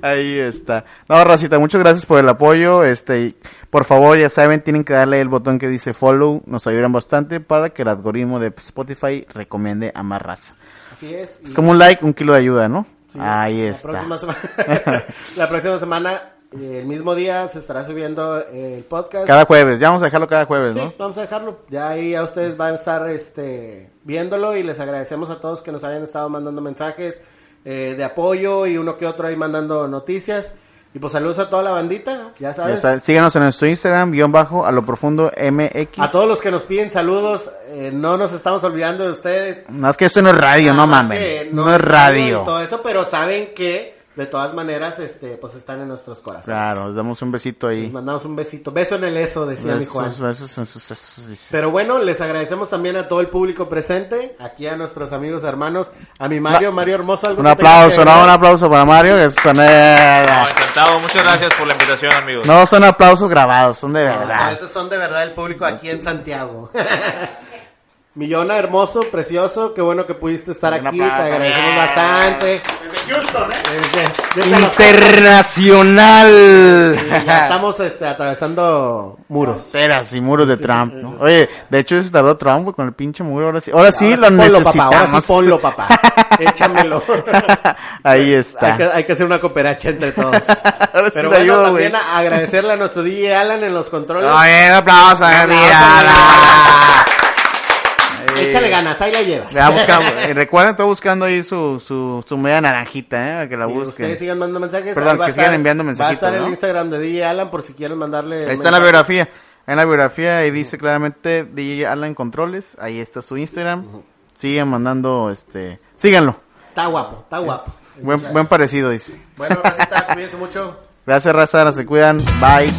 Ahí está. No, Racita, muchas gracias por el apoyo. Este, y por favor, ya saben, tienen que darle el botón que dice follow. Nos ayudan bastante para que el algoritmo de Spotify recomiende a más raza.
Así es.
Es
y-
como un like, un kilo de ayuda, ¿no?
sí,
Ahí
la
está.
Próxima semana, la próxima semana, eh, el mismo día, se estará subiendo eh, el podcast.
Cada jueves, ya vamos a dejarlo cada jueves,
Sí, pues,
¿no?
vamos a dejarlo. Ya ahí a ustedes van a estar este, viéndolo y les agradecemos a todos que nos hayan estado mandando mensajes eh, de apoyo y uno que otro ahí mandando noticias. Y pues saludos a toda la bandita, ya
Ya
sabes.
saben, síganos en nuestro Instagram, guión bajo, a lo profundo MX.
A todos los que nos piden saludos, eh, no nos estamos olvidando de ustedes.
No, es que esto no es radio, no
Nada más que
mames. No, es
y
radio.
Todo eso, pero saben que de todas maneras este, pues están en nuestros corazones.
Claro, les damos un besito
Les
ahí.
mandamos un besito, beso en el eso, decía Pues, mi Juan.
Besos, besos en sus sesos, dice.
Pero bueno, les agradecemos también a todo el público presente, aquí a nuestros amigos hermanos, a mi Mario, Mario Hermoso. ¿algo
Un
que tengas que
aplauso, no,
agregar?
un aplauso para Mario. que son, eh,
No, encantado. Muchas gracias por la invitación, amigos.
no son aplausos grabados, son de
No,
verdad.
esos son de verdad el público aquí en Santiago. Millona, hermoso, precioso, qué bueno que pudiste estar
Un
aquí, te
aplauso.
agradecemos bastante. Desde Houston, ¿eh?
Internacional.
ya estamos este, atravesando muros.
Fronteras y muros de Trump, ¿no? Oye, de hecho se tardó Trump güey, con el pinche muro, ahora sí. Ahora sí
Ahora
lo
Papá, ahora
necesitamos.
sí ponlo, papá. Échamelo.
Ahí
Hay que,
está.
hay que hacer una cooperacha entre todos.
Ahora sí
Pero
le
bueno,
ayudo, güey.
también a- agradecerle a nuestro DJ Alan en los controles.
Oye, un aplauso,
aplauso,
Gabriela. Eh,
Échale ganas, ahí la llevas.
le va buscando- eh, Recuerden, estoy buscando ahí su, su, su media naranjita, ¿eh? Para que la
Sí,
busquen.
ustedes sigan mandando mensajes.
Perdón,
ahí va
que
a
sigan
estar-
enviando
Va a estar
mensajitos,
el
¿no?
Instagram de DJ Alan por si quieren mandarle.
Ahí está la
mensaje.
biografía. En la biografía ahí dice claramente DJ Alan Controles. Ahí está su Instagram. Sigan mandando, este... Síganlo.
Está guapo, está guapo.
Buen, buen parecido, dice.
Bueno, Racita, cuídense mucho.
Gracias, raza. Se cuidan. Bye.